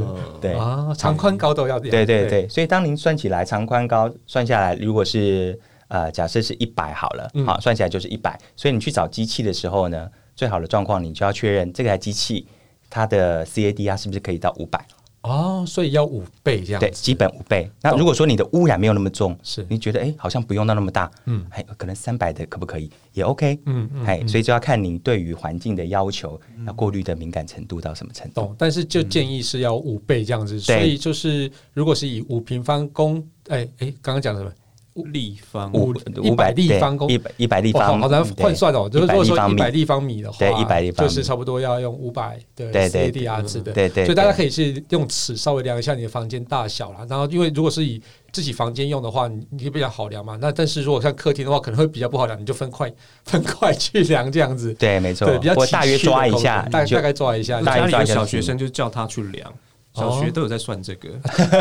Speaker 1: 对。
Speaker 2: 啊，长宽高都要这样。
Speaker 1: 对对对，所以当您算起来长宽高算下来，如果是呃假设是一百好了，
Speaker 2: 嗯
Speaker 1: 好、算起来就是一百。所以你去找机器的时候呢，最好的状况你就要确认这台机器它的 CADR 啊是不是可以到五百，
Speaker 2: 哦，所以要五倍这样
Speaker 1: 对，
Speaker 2: 子
Speaker 1: 基本五倍。那如果说你的污染没有那么重，
Speaker 2: 是
Speaker 1: 你觉得哎好像不用到那么大，嗯，哎可能三百的可不可以也 OK，
Speaker 2: 嗯嗯
Speaker 1: 哎，所以就要看你对于环境的要求要过滤的敏感程度到什么程度。
Speaker 2: 懂，但是
Speaker 1: 嗯
Speaker 2: 就建议是要五倍这样子，所以就是如果是以五平方公，哎哎，刚刚讲的什么？
Speaker 3: 立方
Speaker 1: 五
Speaker 2: 一百立
Speaker 1: 对
Speaker 2: 方公
Speaker 1: 一百一百立
Speaker 2: 哦好
Speaker 1: 方，
Speaker 2: 好难
Speaker 1: 对
Speaker 2: 换算哦，就是
Speaker 1: 100
Speaker 2: 如果说
Speaker 1: 立方
Speaker 2: 一
Speaker 1: 米
Speaker 2: 百立方米的话，
Speaker 1: 对100立方米
Speaker 2: 就是差不多要用五百的
Speaker 1: 对对
Speaker 2: c d r 值的，
Speaker 1: 对对
Speaker 2: 所以大家
Speaker 1: 对
Speaker 2: 可以是用尺稍微量一下你的房间大小啦，然后因为如果是以自己房间用的话，你你比较好量嘛。那但是如果像客厅的话，可能会比较不好量，你就分块 分块去量这样子，
Speaker 1: 对，没错，
Speaker 2: 对，比较
Speaker 1: 我
Speaker 2: 崎
Speaker 1: 大约
Speaker 2: 岖的
Speaker 1: 抓一
Speaker 2: 空间
Speaker 1: 下，
Speaker 2: 大
Speaker 1: 你就
Speaker 2: 大概抓一下，
Speaker 1: 大
Speaker 3: 家
Speaker 1: 家
Speaker 3: 里
Speaker 1: 里有
Speaker 3: 有
Speaker 1: 小
Speaker 3: 小
Speaker 1: 学
Speaker 3: 学
Speaker 1: 生
Speaker 3: 生就叫他去量，
Speaker 2: 小
Speaker 3: 小
Speaker 2: 学
Speaker 3: 学都有在算这个，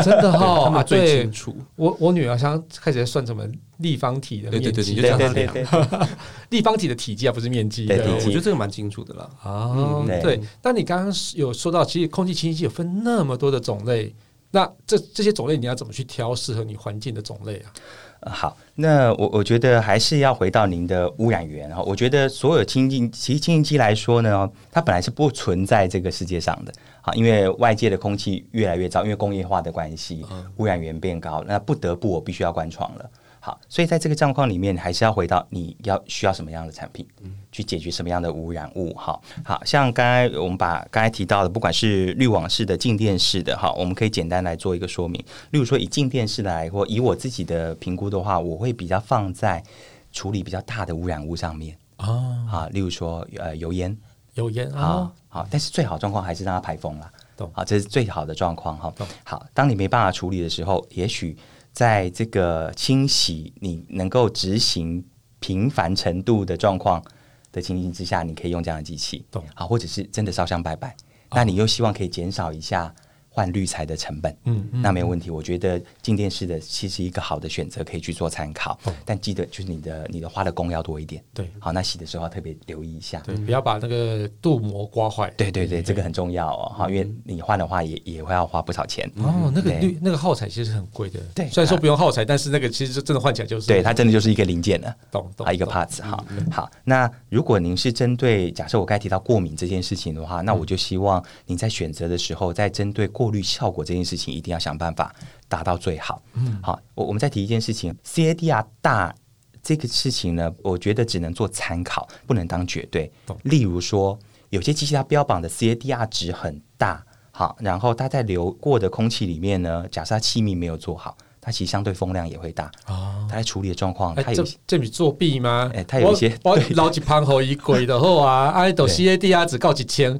Speaker 2: 真 的
Speaker 3: 他
Speaker 2: 哈、
Speaker 3: 们
Speaker 2: 啊，
Speaker 3: 最
Speaker 2: 对
Speaker 3: 清，楚。
Speaker 2: 我我女儿想开始在算什么立方体的
Speaker 3: 对
Speaker 2: 面积，
Speaker 3: 对对你就
Speaker 1: 对
Speaker 3: 这样
Speaker 1: 对
Speaker 3: 量
Speaker 1: 对对，
Speaker 2: 立方体的体积啊，不是面积。
Speaker 1: 对
Speaker 3: 对，
Speaker 1: 体
Speaker 3: 我
Speaker 1: 积
Speaker 3: 觉得这个蛮清楚的啦。
Speaker 2: 啊，
Speaker 1: 嗯
Speaker 2: 对。那你刚刚有说到，其实空气清新剂有分那么多的种类，那这这些种类你要怎么去挑适合你环境的种类啊？
Speaker 1: 呃好，那我我觉得还是要回到您的污染源哈。我觉得所有清净，其实清净机来说呢，它本来是不存在这个世界上的啊，因为外界的空气越来越糟，因为工业化的关系，
Speaker 2: 嗯
Speaker 1: 污染源变高，那不得不我必须要关窗了。好，所以在这个状况里面，还是要回到你要需要什么样的产品，去解决什么样的污染物。哈，好像刚才我们把刚才提到的，不管是滤网式的、静电式的，哈，我们可以简单来做一个说明。例如说，以静电式来，或以我自己的评估的话，我会比较放在处理比较大的污染物上面。
Speaker 2: 啊，
Speaker 1: 啊，例如说呃油烟
Speaker 2: 有烟
Speaker 1: 啊
Speaker 2: 啊，，
Speaker 1: 好，但是最好状况还是让它排风啦。
Speaker 2: 懂
Speaker 1: 好，这是最好的状况哈
Speaker 2: 懂。
Speaker 1: 好，当你没办法处理的时候，也许在这个清洗你能够执行频繁程度的状况的情形之下，你可以用这样的机器。
Speaker 2: 懂哦
Speaker 1: 好，或者是真的烧香拜拜，那你又希望可以减少一下换滤材的成本。
Speaker 2: 嗯嗯
Speaker 1: 那没有问题，我觉得静电式的其实一个好的选择，可以去做参考。但记得就是你的你的花的工要多一点。
Speaker 2: 对
Speaker 1: 好，那洗的时候要特别留意一下。
Speaker 2: 嗯对，不要把那个镀膜刮坏。
Speaker 1: 对对对，这个很重要哦，哈，因为你换的话也也会要花不少钱。
Speaker 2: 哦，那个
Speaker 1: 对
Speaker 2: 绿那个耗材其实很贵的，
Speaker 1: 对
Speaker 2: 虽然说不用耗材，但是那个其实就真的换起来就是
Speaker 1: 对，它真的就是一个零件了。
Speaker 2: 懂懂
Speaker 1: 啊，一个
Speaker 2: 懂嗯
Speaker 1: parts 哈，好。那如果您是针对，假设我刚才提到过敏这件事情的话，
Speaker 2: 嗯
Speaker 1: 那我就希望您在选择的时候，在针对过滤效果这件事情，一定要想办法达到最好。嗯，好，我我们再提一件事情，CADR 大这个事情呢，我觉得只能做参考，不能当绝对。例如说，有些机器它标榜的 CADR 值很大，好，然后它在流过的空气里面呢，假设它气密没有做好，它其实相对风量也会大。
Speaker 2: 哦。
Speaker 1: 它在处理的状况，它
Speaker 2: 哎，
Speaker 1: 有
Speaker 2: 这
Speaker 1: 一些
Speaker 2: 这笔作弊吗？
Speaker 1: 哎它有一些
Speaker 2: 我我捞几盘猴一鬼的后 啊，啊，斗
Speaker 1: 对
Speaker 2: CAD 只告一千，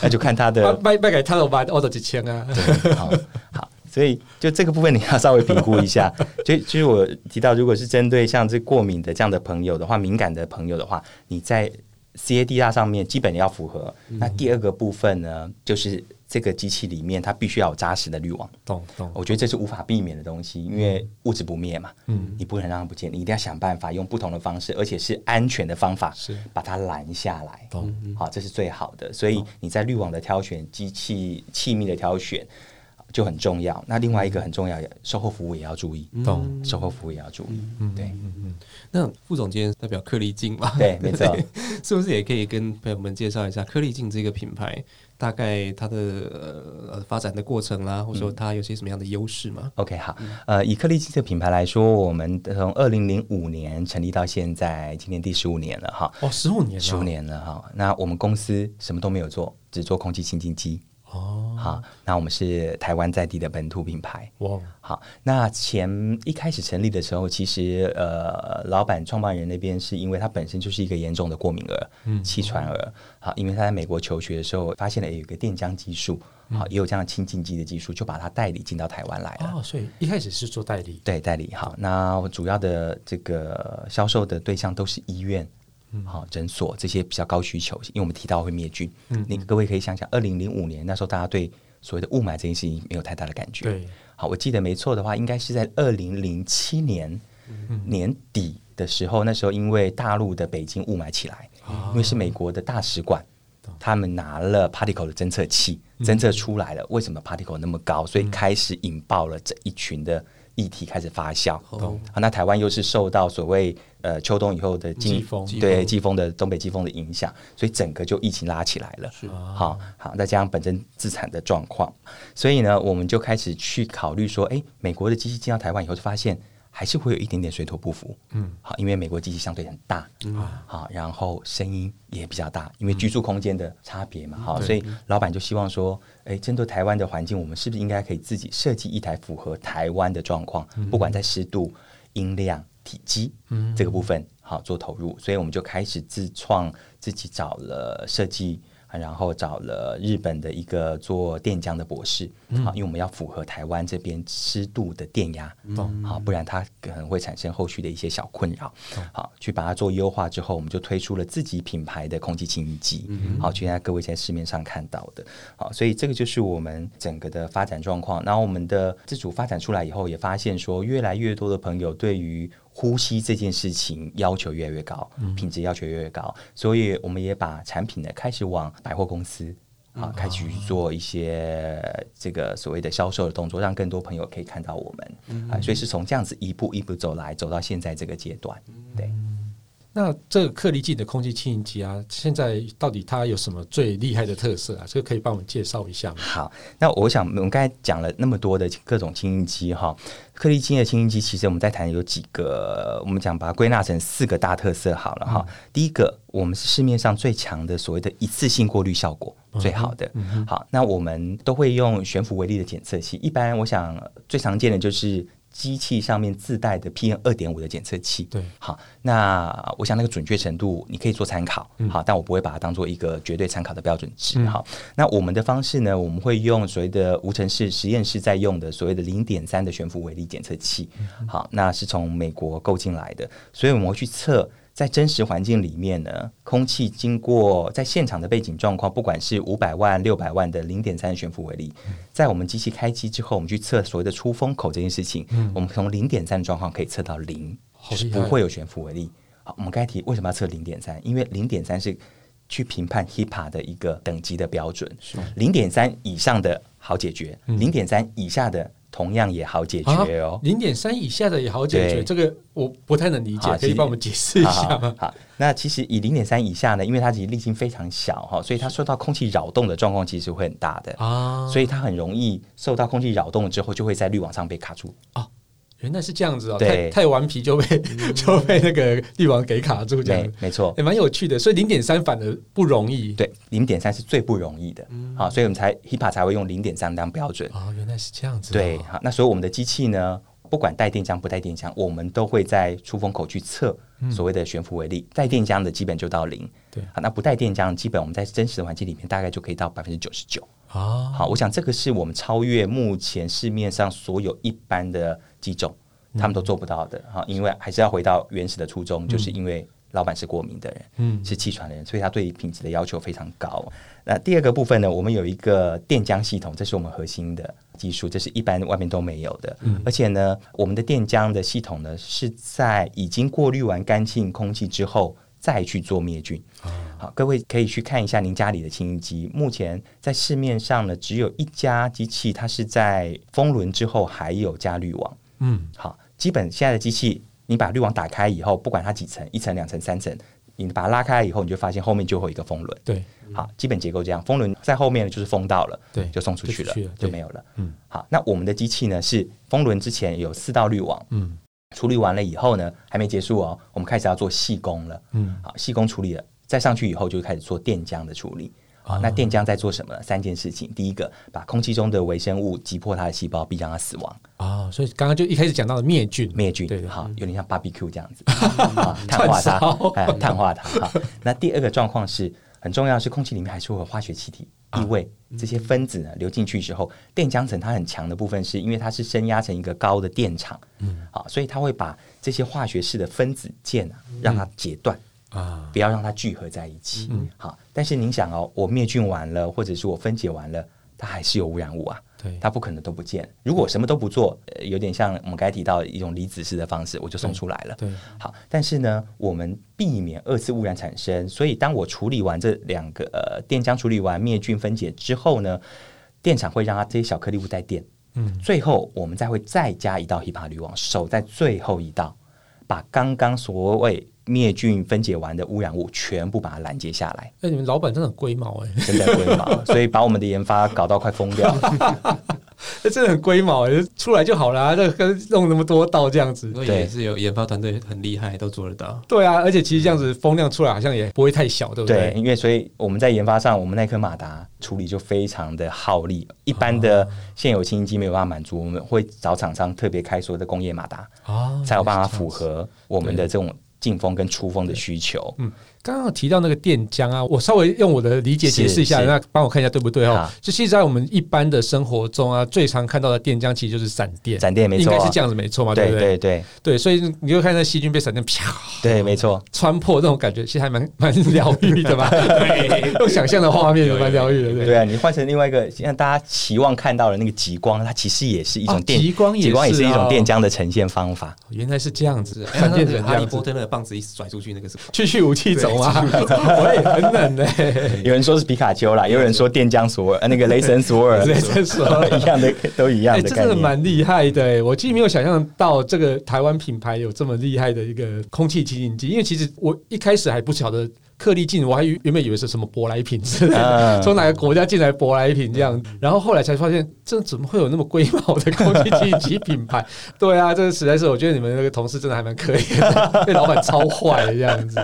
Speaker 1: 那就看它
Speaker 2: 啊
Speaker 1: 的
Speaker 2: 卖卖给他的吧，我斗一千啊。
Speaker 1: 对，好，好，所以就这个部分你要 稍微评估一下。就就是我提到，如果是针对像这过敏的这样的朋友的话，敏感的朋友的话，你在 CADR 上面基本要符合。那第二个部分呢，就是这个机器里面它必须要有扎实的滤网。
Speaker 2: 懂懂，
Speaker 1: 我觉得这是无法避免的东西，因为物质不灭嘛，嗯，你不可能让它不见，你一定要想办法用不同的方式，而且是安全的方法，
Speaker 2: 是
Speaker 1: 把它拦下来，
Speaker 2: 懂
Speaker 1: 好，这是最好的。所以你在滤网的挑选、机器气密的挑选就很重要。那另外
Speaker 2: 嗯
Speaker 1: 一个很重要，售后服务也要注意，
Speaker 2: 懂
Speaker 1: 售后服务也要注意，
Speaker 2: 嗯
Speaker 1: 对
Speaker 3: 那副总监代表颗粒镜嘛，
Speaker 1: 对，没 错。
Speaker 3: 是不是也可以跟朋友们介绍一下颗粒镜这个品牌，大概它的呃呃发展的过程啦，或者说它有些什么样的优 势吗？
Speaker 1: OK，好，呃，以颗粒机这个品牌来说，我们从二零零五年成立到现在，今年第十五年了哈，
Speaker 2: 哦，十五年了，
Speaker 1: 十五年了哈。那我们公司什么都没有做，只做空气清净机。
Speaker 2: 哦，
Speaker 1: 好，那我们是台湾在地的本土品牌。
Speaker 2: 哇，
Speaker 1: 好，那前一开始成立的时候，其实呃，老板创办人那边是因为他本身就是一个严重的过敏儿，嗯，气喘儿。好，因为他在美国求学的时候，发现了诶有一个电浆技术，好，也有这样清净机的技术，就把它代理进到台湾来了。
Speaker 2: 哦，所以一开始是做代理，
Speaker 1: 对，代理好。那我主要的这个销售的对象都是医院。好，诊所这些比较高需求，因为我们提到会灭菌。嗯，你各位可以想想，二零零五年那时候，大家对所谓的雾霾这件事情没有太大的感觉。
Speaker 2: 对，
Speaker 1: 好，我记得没错的话，应该是在二零零七年年底的时候，那时候因为大陆的北京雾霾起来，因为是美国的大使馆。他们拿了 particle 的侦测器，侦测出来了为什么 particle 那么高，所以开始引爆了这一群的议题开始发酵。
Speaker 3: 哦
Speaker 1: 好，那台湾又是受到所谓呃秋冬以后的季
Speaker 2: 季风
Speaker 1: 对季风的东北季风的影响，所以整个就疫情拉起来了。好好，再加上本身自产的状况，所以呢，我们就开始去考虑说，诶，美国的机器进到台湾以后，就发现还是会有一点点水土不服。嗯，好，因为美国机器相对很大，
Speaker 2: 嗯
Speaker 1: 好，然后声音也比较大，因为居住空间的差别嘛，好，所以老板就希望说，诶，针对台湾的环境，我们是不是应该可以自己设计一台符合台湾的状况，
Speaker 2: 嗯
Speaker 1: 不管在湿度、音量、体积，这个部分好做投入，所以我们就开始自创，自己找了设计。然后找了日本的一个做电浆的博士，啊，因为我们要符合台湾这边湿度的电压，啊，不然它可能会产生后续的一些小困扰。好，去把它做优化之后，我们就推出了自己品牌的空气清新机，好，去在各位在市面上看到的。好，所以这个就是我们整个的发展状况。然后我们的自主发展出来以后，也发现说，越来越多的朋友对于呼吸这件事情要求越来越高，品质要求越来越高，所以我们也把产品呢开始往百货公司。啊，开始去做一些这个所谓的销售的动作，让更多朋友可以看到我们啊，所以是从这样子一步一步走来，走到现在这个阶段。对，
Speaker 2: 那这个克力镜的空气清净机啊，现在到底它有什么最厉害的特色啊？这个可以帮我们介绍一下吗？
Speaker 1: 好，那我想我们刚才讲了那么多的各种清新机哈，颗粒金的清新机，其实我们在谈有几个，我们讲把它归纳成四个大特色好了哈。第一个，我们是市面上最强的所谓的一次性过滤效果。最好的，好，那我们都会用悬浮微粒的检测器。一般我想最常见的就是机器上面自带的 PM 二点五的检测器。
Speaker 2: 对，
Speaker 1: 好，那我想那个准确程度你可以做参考，好，但我不会把它当做一个绝对参考的标准值。好，那我们的方式呢，我们会用所谓的无尘室实验室在用的所谓的零点三的悬浮微粒检测器，好，那是从美国购进来的，所以我们会去测。在真实环境里面呢，空气经过在现场的背景状况，不管是五百万、六百万的零点三悬浮微粒，在我们机器开机之后，我们去测所谓的出风口这件事情，我们从零点三的状况可以测到零，
Speaker 2: 嗯好
Speaker 1: 就是
Speaker 2: 厉
Speaker 1: 不
Speaker 2: 害
Speaker 1: 会有悬浮微粒。好，我们刚才提为什么要测零点三？因为零点三是去评判 HIPAA 的一个等级的标准，零点三以上的好解决，
Speaker 2: 嗯
Speaker 1: 零点三以下的同样也好解决哦。
Speaker 2: 啊零点三以下的也好解
Speaker 1: 对
Speaker 2: 决，这个我不太能理解
Speaker 1: 好，
Speaker 2: 可以
Speaker 1: 其实
Speaker 2: 帮我们解释一下
Speaker 1: 好
Speaker 2: 吗？
Speaker 1: 好，那其实以零点三以下呢，因为它其实粒径非常小哈，所以它受到空气扰动的状况其实会很大的，
Speaker 2: 啊，
Speaker 1: 所以它很容易受到空气扰动之后，就会在滤网上被卡住。
Speaker 2: 哦原来是这样子哦，
Speaker 1: 对嗯
Speaker 2: 太太顽皮就被 就被那个帝王给卡住这样
Speaker 1: 没，没错。
Speaker 2: 也蛮有趣的。所以零点三反而不容易。
Speaker 1: 对，零点三是最不容易的，好，所以我们才 HIPAA 才会用零点三当标准。
Speaker 2: 嗯哦，原来是这样子哦。
Speaker 1: 对，好，那所以我们的机器呢，不管带电浆不带电浆，我们都会在出风口去测所谓的悬浮微粒。带电浆的基本就到零，
Speaker 2: 嗯对
Speaker 1: 好，那不带电浆，基本我们在真实的环境里面大概就可以到百分之九十九。
Speaker 2: 啊，
Speaker 1: 好，我想这个是我们超越目前市面上所有一般的机种，他们都做不到的哈，因为还是要回到原始的初衷，就是因为老板是过敏的人，
Speaker 2: 嗯
Speaker 1: 是气喘的人，所以他对品质的要求非常高。那第二个部分呢，我们有一个电浆系统，这是我们核心的技术，这是一般外面都没有的。而且呢，我们的电浆的系统呢，是在已经过滤完干净空气之后。再去做灭菌，好，各位可以去看一下您家里的清新机。目前在市面上呢，只有一家机器，它是在风轮之后还有加滤网。
Speaker 2: 嗯，
Speaker 1: 好，基本现在的机器，你把滤网打开以后，不管它几层，一层、两层、三层，你把它拉开以后，你就发现后面就会有一个风轮。
Speaker 2: 对，
Speaker 1: 好，基本结构这样，风轮在后面就是风到了，
Speaker 2: 对
Speaker 1: 就送出去了，
Speaker 2: 就出去了
Speaker 1: 就
Speaker 2: 对
Speaker 1: 没有了。
Speaker 2: 嗯，
Speaker 1: 好，那我们的机器呢是风轮之前有四道滤网，
Speaker 2: 嗯
Speaker 1: 处理完了以后呢，还没结束哦，我们开始要做细工了。
Speaker 2: 嗯，
Speaker 1: 好，细工处理了，再上去以后就开始做电浆的处理。好，
Speaker 2: 啊
Speaker 1: 那电浆在做什么呢？三件事情：第一个，把空气中的微生物击破它的细胞，并让它死亡，
Speaker 2: 啊，所以刚刚就一开始讲到的灭菌，
Speaker 1: 灭菌。
Speaker 2: 对对
Speaker 1: 好，有点像 barbecue 这样 子，啊碳化它
Speaker 2: 串烧，
Speaker 1: 哎，碳化它。好，那第二个状况是很重要，是空气里面还是会有化学气体、异味。
Speaker 2: 嗯
Speaker 1: 这些分子呢流进去之后，电浆层它很强的部分是因为它是升压成一个高的电场，嗯，好，所以它会把这些化学式的分子键啊，让
Speaker 2: 嗯
Speaker 1: 它截断，
Speaker 2: 啊，
Speaker 1: 不要让它聚合在一起。
Speaker 2: 嗯
Speaker 1: 好，但是您想哦，我灭菌完了，或者是我分解完了，它还是有污染物啊。
Speaker 2: 对
Speaker 1: 它不可能都不见。如果我什么都不做，呃有点像我们刚才提到的一种离子式的方式，我就送出来了。
Speaker 2: 对对
Speaker 1: 好，但是呢，我们避免二次污染产生，所以当我处理完这两个呃电浆处理完灭菌分解之后呢，电厂会让它这些小颗粒物带电。嗯，最后我们再会再加一道 HEPA 滤网，守在最后一道，把刚刚所谓灭菌分解完的污染物全部把它拦截下来，
Speaker 2: 那欸你们老板真的很龟毛哎，
Speaker 1: 真的龟毛，所以把我们的研发搞到快疯掉。
Speaker 2: 那 真的很龟毛哎，出来就好啦，这跟弄那么多道这样子。
Speaker 3: 所以
Speaker 1: 对
Speaker 3: 也是有研发团队很厉害，都做得到。
Speaker 2: 对啊，而且其实这样子风量出来好像也不会太小，对不
Speaker 1: 对，
Speaker 2: 对？
Speaker 1: 因为所以我们在研发上，我们那颗马达处理就非常的耗力，一般的
Speaker 2: 哦
Speaker 1: 现有清新机没有办法满足，我们会找厂商特别开所谓的工业马达，
Speaker 2: 啊
Speaker 1: 才有办法符合我们的这种进风跟出风的需求。
Speaker 2: 刚刚有提到那个电浆啊，我稍微用我的理解解释一下，
Speaker 1: 是是
Speaker 2: 那帮我看一下对不对哦
Speaker 1: 好？
Speaker 2: 就其实，在我们一般的生活中啊，最常看到的电浆其实就是闪电，
Speaker 1: 闪电没
Speaker 2: 应
Speaker 1: 错啊
Speaker 2: 该是这样子没错嘛，
Speaker 1: 对
Speaker 2: 不
Speaker 1: 对
Speaker 2: 对？
Speaker 1: 对
Speaker 2: 对，所以你就看那细菌被闪电啪
Speaker 1: 对，没错。
Speaker 2: 穿破那种感觉，其实还蛮蛮疗愈的吧？用想象的画面也蛮疗愈的，
Speaker 1: 对啊，你换成另外一个，像大家期望看到的那个极光，它其实也是一种
Speaker 2: 哦
Speaker 1: 电，
Speaker 2: 极光也
Speaker 1: 极光也
Speaker 2: 是
Speaker 1: 是一种
Speaker 2: 哦
Speaker 1: 电浆的呈现方法。
Speaker 2: 原来是这样子，
Speaker 3: 哎，
Speaker 2: 闪
Speaker 3: 那
Speaker 2: 电
Speaker 3: 个
Speaker 2: 人这
Speaker 3: 哈利
Speaker 2: 样
Speaker 3: 波
Speaker 2: 子，
Speaker 3: 特那个棒子一甩出去，那个是
Speaker 2: 去去武器走啊， 我也很冷的、欸，
Speaker 1: 有人说是皮卡丘啦，有人说电浆索尔，呃那个雷神索 尔，
Speaker 2: 所以这时候。
Speaker 1: 一样的，都一样
Speaker 2: 哎、
Speaker 1: 的
Speaker 2: 这
Speaker 1: 概
Speaker 2: 真的
Speaker 1: 念。
Speaker 2: 蛮厉害的、欸！我其实没有想象到这个台湾品牌有这么厉害的一个空气清净机，因为其实我一开始还不晓得颗粒净，我还以原本以为是什么舶来品之类的，
Speaker 1: 嗯
Speaker 2: 从哪个国家进来舶来品这样，然后后来才发现，这怎么会有那么龟毛的空气清净机品牌？对啊，这实在是我觉得你们那个同事真的还蛮可怜 的，被老板超坏的这样子。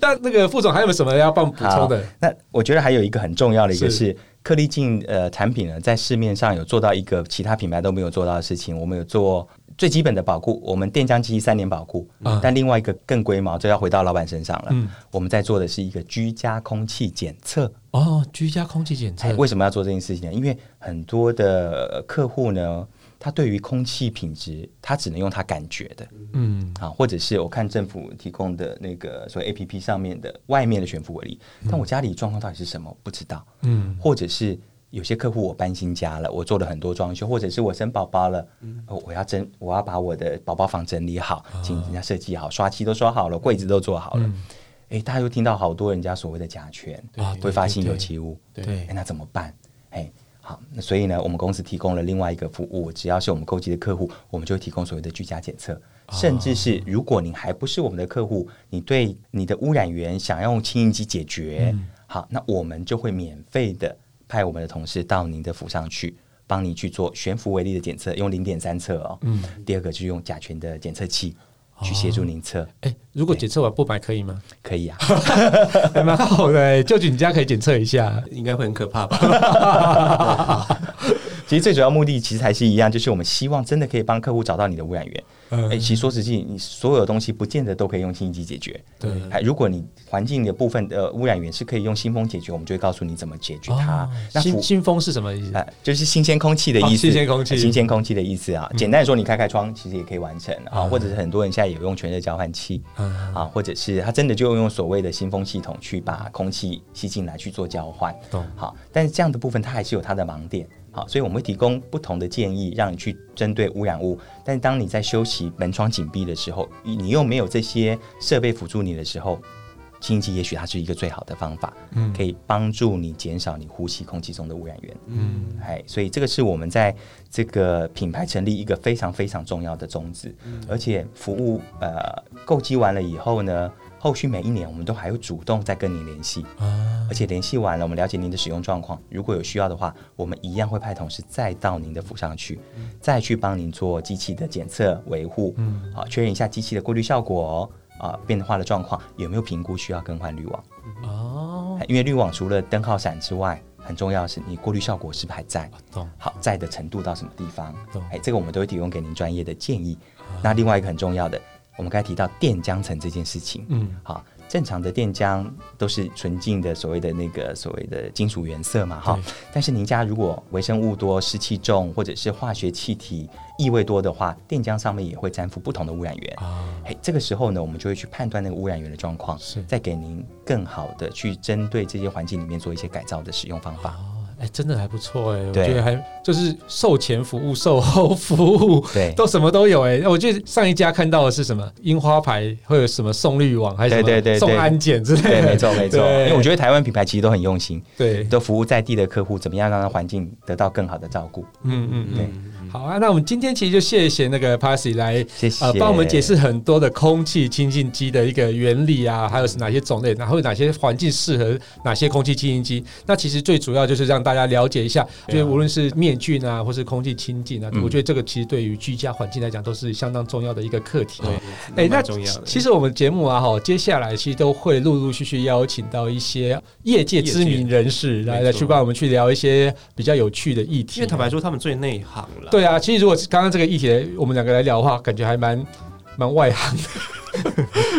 Speaker 2: 但那个副总还有没有什么要帮我们补
Speaker 1: 好，
Speaker 2: 充的？
Speaker 1: 那我觉得还有一个很重要的一个
Speaker 2: 是
Speaker 1: 是，颗粒净呃产品呢，在市面上有做到一个其他品牌都没有做到的事情，我们有做最基本的保固，我们电浆机三年保固，
Speaker 2: 嗯
Speaker 1: 但另外一个更龟毛，就要回到老板身上了。我们在做的是一个居家空气检测。
Speaker 2: 哦，居家空气检测
Speaker 1: 哎，，为什么要做这件事情呢？因为很多的呃客户呢，他对于空气品质，他只能用他感觉的
Speaker 2: 嗯，
Speaker 1: 啊，或者是我看政府提供的那个所谓 A P P 上面的外面的悬浮微粒，但我家里状况到底是什么不知道。
Speaker 2: 嗯，
Speaker 1: 或者是有些客户我搬新家了，我做了很多装修，或者是我生宝宝了，
Speaker 2: 嗯
Speaker 1: 哦我要整，我要把我的宝宝房整理好，
Speaker 2: 啊
Speaker 1: 请人家设计好，刷漆都刷好了，柜子都做好了。诶，大家又听到好多人家所谓的甲醛
Speaker 2: 嗯啊对
Speaker 1: 挥发性
Speaker 2: 对
Speaker 1: 有机物，
Speaker 3: 对
Speaker 2: 对
Speaker 1: 诶那怎么办？哎，好，那所以呢，我们公司提供了另外一个服务，只要是我们购集的客户，我们就会提供所谓的居家检测，甚至是如果您还不是我们的客户，你对你的污染源想要用清净机解决，好，那我们就会免费的派我们的同事到您的府上去。帮你去做悬浮微粒的检测，用零点三测哦。嗯，第二个就是用甲醛的检测器去协助您测，
Speaker 2: 哎、如果检测完不买可以吗？
Speaker 1: 可以啊。
Speaker 2: 还蛮好的、欸，舅舅你家可以检测一下。
Speaker 3: 应该会很可怕吧？
Speaker 1: 其实最主要目的其实还是一样，就是我们希望真的可以帮客户找到你的污染源。哎、
Speaker 2: 嗯
Speaker 1: 其实说实际，你所有的东西不见得都可以用清洁剂解决。
Speaker 2: 对
Speaker 1: 哎，如果你环境的部分的污染源是可以用新风解决，我们就会告诉你怎么解决它。那
Speaker 2: 哦新
Speaker 1: 符
Speaker 2: 新风是什么意思？
Speaker 1: 呃，就是新鲜空气的意
Speaker 2: 哦
Speaker 1: 思，呃
Speaker 2: 新鲜空气嗯
Speaker 1: 新鲜空气的意思啊。简单地说，你开开窗其实也可以完成啊，或者是很多人现在有用全热交换器
Speaker 2: 嗯
Speaker 1: 啊，或者是他真的就用所谓的新风系统去把空气吸进来去做交换
Speaker 2: 懂。
Speaker 1: 好，但是这样的部分它还是有它的盲点。好，所以我们会提供不同的建议，让你去针对污染物。但是当你在休息、门窗紧闭的时候，你你又没有这些设备辅助你的时候，清洁也许它是一个最好的方法，嗯，可以帮助你减少你呼吸空气中的污染源。
Speaker 3: 嗯，
Speaker 1: 哎，所以这个是我们在这个品牌成立一个非常非常重要的宗旨，而且服务呃购机完了以后呢，后续每一年我们都还会主动再跟您联系，而且联系完了，我们了解您的使用状况，如果有需要的话，我们一样会派同事再到您的府上去，再去帮您做机器的检测维护，嗯，好、确认一下机器的过滤效果啊、变化的状况有没有评估需要更换滤网。
Speaker 2: 哦，
Speaker 1: 因为滤网除了灯号闪之外，很重要的是你过滤效果是不是还在？
Speaker 2: 懂
Speaker 1: 好，在的程度到什么地方
Speaker 2: 懂？
Speaker 1: 哎，这个我们都会提供给您专业的建议。那另外一个很重要的，我们刚才提到电浆层这件事情，
Speaker 2: 嗯，
Speaker 1: 好，正常的电浆都是纯净的所谓的那个所谓的金属原色嘛，哈
Speaker 2: 对。
Speaker 1: 但是您家如果微生物多、湿气重，或者是化学气体异味多的话，电浆上面也会沾附不同的污染源。
Speaker 2: 啊，
Speaker 1: 哎，这个时候呢，我们就会去判断那个污染源的状况，
Speaker 2: 是
Speaker 1: 再给您更好的去针对这些环境里面做一些改造的使用方法。
Speaker 2: 哦，哎、真的还不错哎、我
Speaker 1: 对
Speaker 2: 觉得还就是售前服务、售后服务。
Speaker 1: 对，
Speaker 2: 都什么都有哎、我记得上一家看到的是什么樱花牌，会有什么送滤网，还是什么
Speaker 1: 对对对对
Speaker 2: 送安检之类的，
Speaker 1: 对，没错没错。
Speaker 2: 对
Speaker 1: 因为我觉得台湾品牌其实都很用心，
Speaker 2: 对，
Speaker 1: 都服务在地的客户，怎么样让他环境得到更好的照顾。
Speaker 2: 嗯嗯
Speaker 1: 对
Speaker 2: 嗯，好啊，那我们今天其实就谢谢那个 Passy 来
Speaker 1: 谢谢
Speaker 2: 呃，帮我们解释很多的空气清净机的一个原理啊，还有是哪些种类，然后有哪些环境适合哪些空气清净机。那其实最主要就是让大家了解一下，就是无论是灭菌啊，或是空气清净啊，
Speaker 1: 嗯
Speaker 2: 我觉得这个其实对于居家环境来讲都是相当重要的一个课题。
Speaker 3: 对，
Speaker 2: 哎、那
Speaker 3: 蛮重要的。
Speaker 2: 其实我们节目啊，哈，接下来其实都会陆陆续续邀请到一些业界知名人士来
Speaker 3: 没错
Speaker 2: 来去帮我们去聊一些比较有趣的议题。啊
Speaker 3: 因为坦白说，他们最内行了。
Speaker 2: 对啊，其实如果是刚刚这个议题，我们两个来聊的话，感觉还蛮蛮外行 的，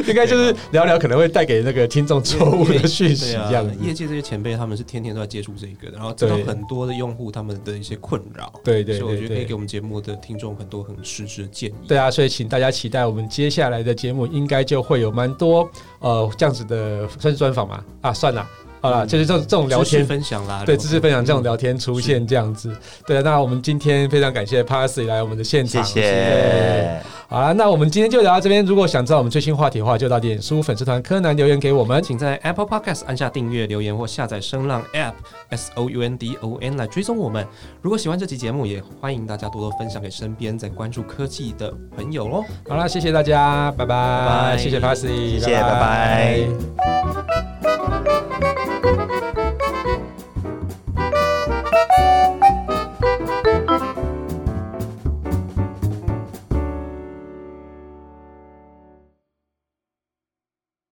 Speaker 2: 应该就是聊聊可能会带给那个听众
Speaker 3: 因为，
Speaker 2: 错误
Speaker 3: 因为
Speaker 2: 的讯息
Speaker 3: 对啊
Speaker 2: 这样子。
Speaker 3: 业界这些前辈他们是天天都在接触这个的，然后知道
Speaker 2: 对
Speaker 3: 很多的用户他们的一些困扰。
Speaker 2: 对对
Speaker 3: 所以我
Speaker 2: 对
Speaker 3: 觉得可以给
Speaker 2: 对。
Speaker 3: 我们节目的听众很多很实质的建议。
Speaker 2: 对啊，所以请大家期待我们接下来的节目，应该就会有蛮多呃这样子的算是专访嘛啊，算了，好了，就是这种这种聊
Speaker 3: 嗯知识
Speaker 2: 天
Speaker 3: 分享啦，
Speaker 2: 对
Speaker 3: 聊
Speaker 2: 知识分享这种聊天出现这样子。对，那我们今天非常感谢 Passy 来我们的现
Speaker 1: 谢
Speaker 2: 场，对。
Speaker 1: 谢，
Speaker 2: 好了，那我们今天就聊到这边。如果想知道我们最新话题的话，就到脸书粉丝团柯南留言给我们。
Speaker 3: 请在 Apple Podcast 按下订阅、留言或下载声浪 App S O U N D O N 来追踪我们。如果喜欢这期节目，也欢迎大家多多分享给身边在关注科技的朋友哦。
Speaker 2: 好啦，谢谢大家，拜拜，
Speaker 3: 拜拜
Speaker 2: 谢谢
Speaker 1: 谢
Speaker 2: Passy，
Speaker 1: 谢拜拜